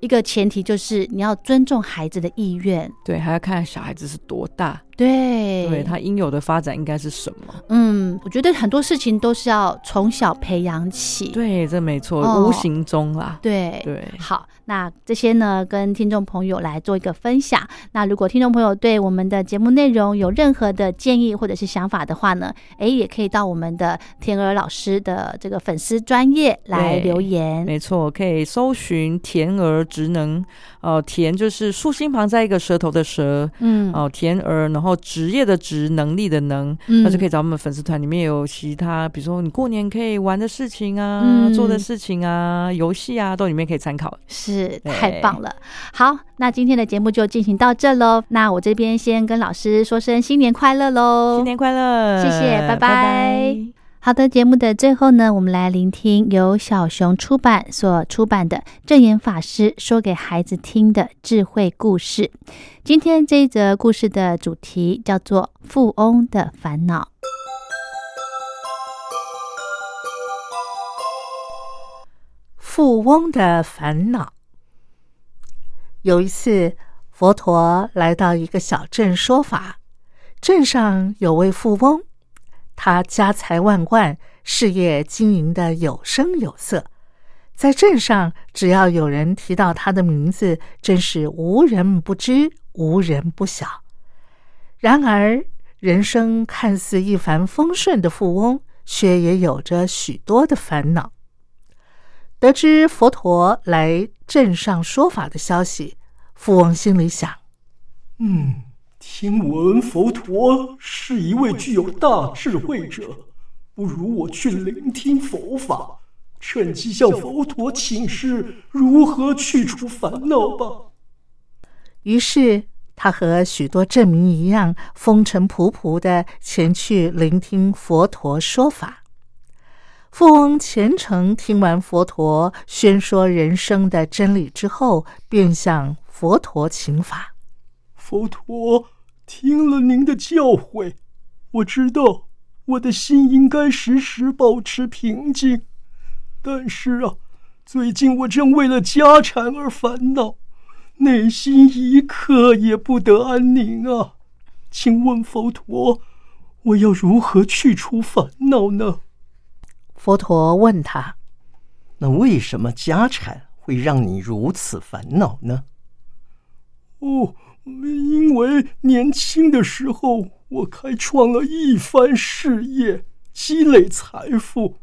Speaker 2: 一个前提就是你要尊重孩子的意愿，
Speaker 3: 对，还要看小孩子是多大，
Speaker 2: 对，
Speaker 3: 对他应有的发展应该是什么？
Speaker 2: 嗯，我觉得很多事情都是要从小培养起。
Speaker 3: 对，这没错，
Speaker 2: 哦
Speaker 3: 无形中啦，
Speaker 2: 对
Speaker 3: 对
Speaker 2: 好，那这些呢，跟听众朋友来做一个分享。那如果听众朋友对我们的节目内容有任何的建议或者是想法的话呢，诶，也可以到我们的田儿老师的这个粉丝专业来
Speaker 3: 对
Speaker 2: 留言。
Speaker 3: 没错，可以搜寻“甜儿职能”，呃，甜就是竖心旁在一个舌头的舌，
Speaker 2: 嗯
Speaker 3: 哦、甜儿，然后职业的职，能力的能，
Speaker 2: 嗯
Speaker 3: 那就可以找我们粉丝团，里面有其他，比如说你过年可以玩的事情啊，
Speaker 2: 嗯
Speaker 3: 做的事情啊，游戏啊，都里面可以参考。
Speaker 2: 是
Speaker 3: 对
Speaker 2: 太棒了。好，那今天的节目就进行到这喽。那我这边先跟老师说声新年快乐喽，
Speaker 3: 新年快乐，
Speaker 2: 哦谢谢拜拜
Speaker 3: 拜拜
Speaker 2: 好的，节目的最后呢，我们来聆听由小熊出版所出版的《正言法师说给孩子听的智慧故事》。今天这一则故事的主题叫做《富翁的烦恼》。
Speaker 5: 富翁的烦恼。有一次，佛陀来到一个小镇说法，镇上有位富翁，他家财万贯，事业经营的有声有色。在镇上，只要有人提到他的名字，真是无人不知，无人不晓。然而，人生看似一帆风顺的富翁，却也有着许多的烦恼。得知佛陀来镇上说法的消息，富翁心里想：
Speaker 6: 嗯，听闻佛陀是一位具有大智慧者，不如我去聆听佛法，趁机向佛陀请示如何去除烦恼吧。
Speaker 5: 于是他和许多镇民一样，风尘仆仆地前去聆听佛陀说法。富翁虔诚听完佛陀宣说人生的真理之后，便向佛陀请法。
Speaker 6: 佛陀听了您的教诲，我知道我的心应该时时保持平静。但是啊，最近我正为了家产而烦恼，内心一刻也不得安宁啊！请问佛陀，我要如何去除烦恼呢？
Speaker 5: 佛陀问他
Speaker 7: 那为什么家产会让你如此烦恼呢？
Speaker 6: 哦，因为年轻的时候我开创了一番事业，积累财富。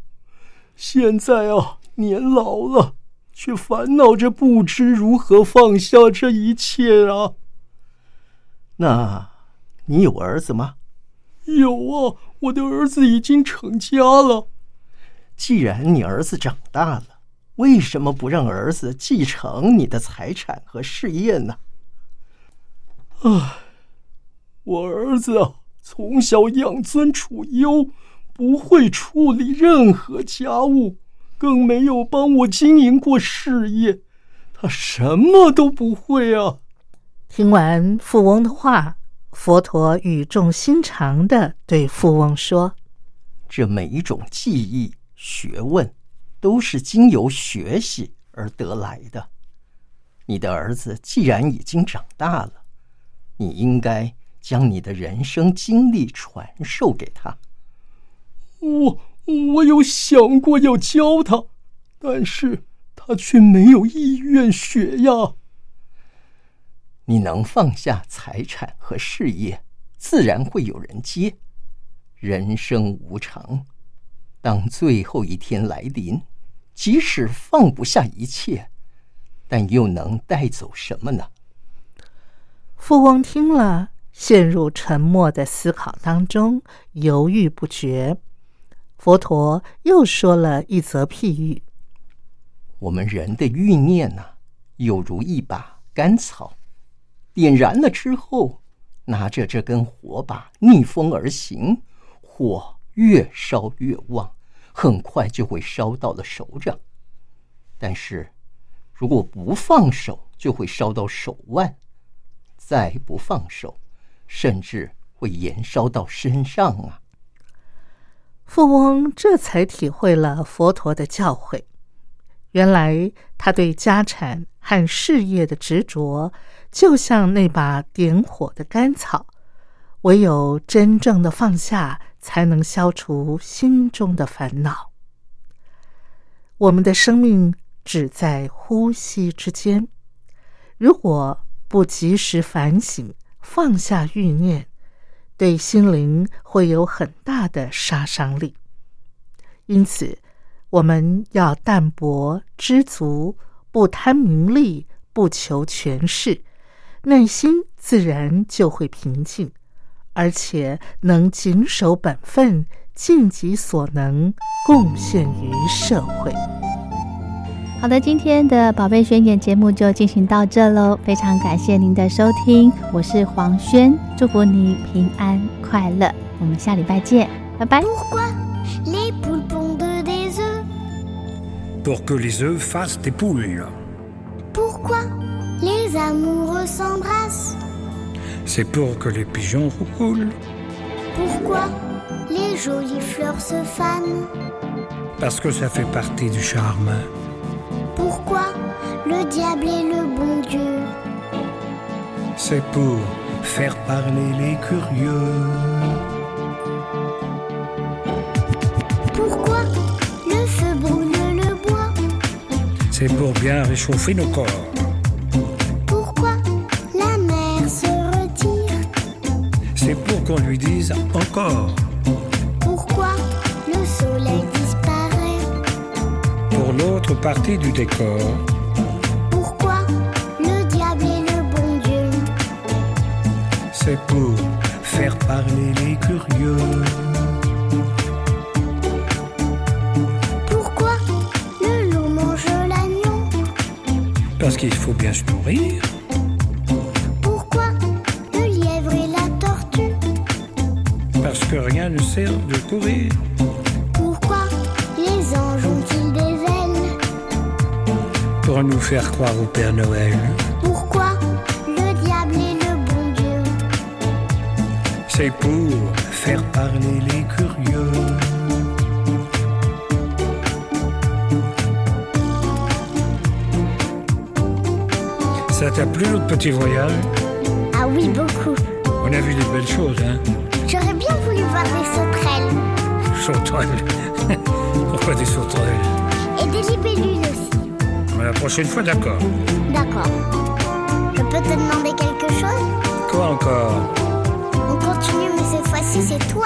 Speaker 6: 现在啊，年老了，却烦恼着不知如何放下这一切啊。
Speaker 7: 那你有儿子吗？
Speaker 6: 有啊，我的儿子已经成家了。
Speaker 7: 既然你儿子长大了，为什么不让儿子继承你的财产和事业呢？
Speaker 6: 唉，我儿子啊，从小养尊处优，不会处理任何家务，更没有帮我经营过事业，他什么都不会啊。：“
Speaker 5: 听完富翁的话，佛陀语重心长的对富翁说
Speaker 7: 这每一种技艺、学问，都是经由学习而得来的。你的儿子既然已经长大了，你应该将你的人生经历传授给他。
Speaker 6: 我我有想过要教他，但是他却没有意愿学呀。
Speaker 7: 你能放下财产和事业，自然会有人接。人生无常，当最后一天来临，即使放不下一切，但又能带走什么呢？：‘
Speaker 5: 富翁听了，陷入沉默的思考当中，犹豫不决。’佛陀又说了一则譬喻。”
Speaker 7: 我们人的欲念呐、有如一把干草，点燃了之后，拿着这根火把逆风而行，火越烧越旺，很快就会烧到了手掌。但是，如果不放手，就会烧到手腕，再不放手，甚至会延烧到身上啊！
Speaker 5: 富翁这才体会了佛陀的教诲。原来他对家产和事业的执着，就像那把点火的干草，唯有真正的放下，才能消除心中的烦恼。我们的生命只在呼吸之间，如果不及时反省、放下欲念，对心灵会有很大的杀伤力。因此，我们要淡泊知足，不贪名利，不求权势，内心自然就会平静，而且能谨守本分，尽己所能，贡献于社会。
Speaker 2: 好的，今天的宝贝宣言节目就进行到这喽，非常感谢您的收听，我是黄轩，祝福你平安快乐，我们下礼拜见，拜拜。
Speaker 1: Pourquoi les poules pondent des œufs
Speaker 8: Pour que les œufs fassent des poules.
Speaker 1: Pourquoi les amoureux s'embrassent
Speaker 8: C'est pour que les pigeons roulent.
Speaker 1: Pourquoi les jolies fleurs se fanent
Speaker 8: Parce que ça fait partie du charme.
Speaker 1: Pourquoi le diable est le bon Dieu
Speaker 8: C'est pour faire parler les curieux.
Speaker 1: Pourquoi le feu brûle le bois
Speaker 8: C'est pour bien réchauffer nos corps.
Speaker 1: Pourquoi la mer se retire
Speaker 8: C'est pour qu'on lui dise encore.
Speaker 1: Pourquoi le soleil disparaît
Speaker 8: Pour l'autre partie du décor,
Speaker 1: Pourquoi le diable est le bon Dieu
Speaker 8: c'est pour faire parler les curieux.
Speaker 1: Pourquoi le loup mange l'agneau
Speaker 8: Parce qu'il faut bien se nourrir.
Speaker 1: Pourquoi le lièvre et la tortue
Speaker 8: Parce que rien ne sert de courir.
Speaker 1: Pourquoi les
Speaker 8: pour nous faire croire au Père Noël.
Speaker 1: Pourquoi le diable est le bon Dieu
Speaker 8: C'est pour faire parler les curieux. Ça t'a plu notre petit voyage
Speaker 1: Ah oui, beaucoup.
Speaker 8: On a vu des belles choses, hein
Speaker 1: J'aurais bien voulu voir des sauterelles
Speaker 8: Sauterelles. *laughs* Pourquoi des sauterelles
Speaker 1: et des libellules aussi.
Speaker 8: Mais La prochaine fois, d'accord.
Speaker 1: D'accord. Je peux te demander quelque chose
Speaker 8: Quoi encore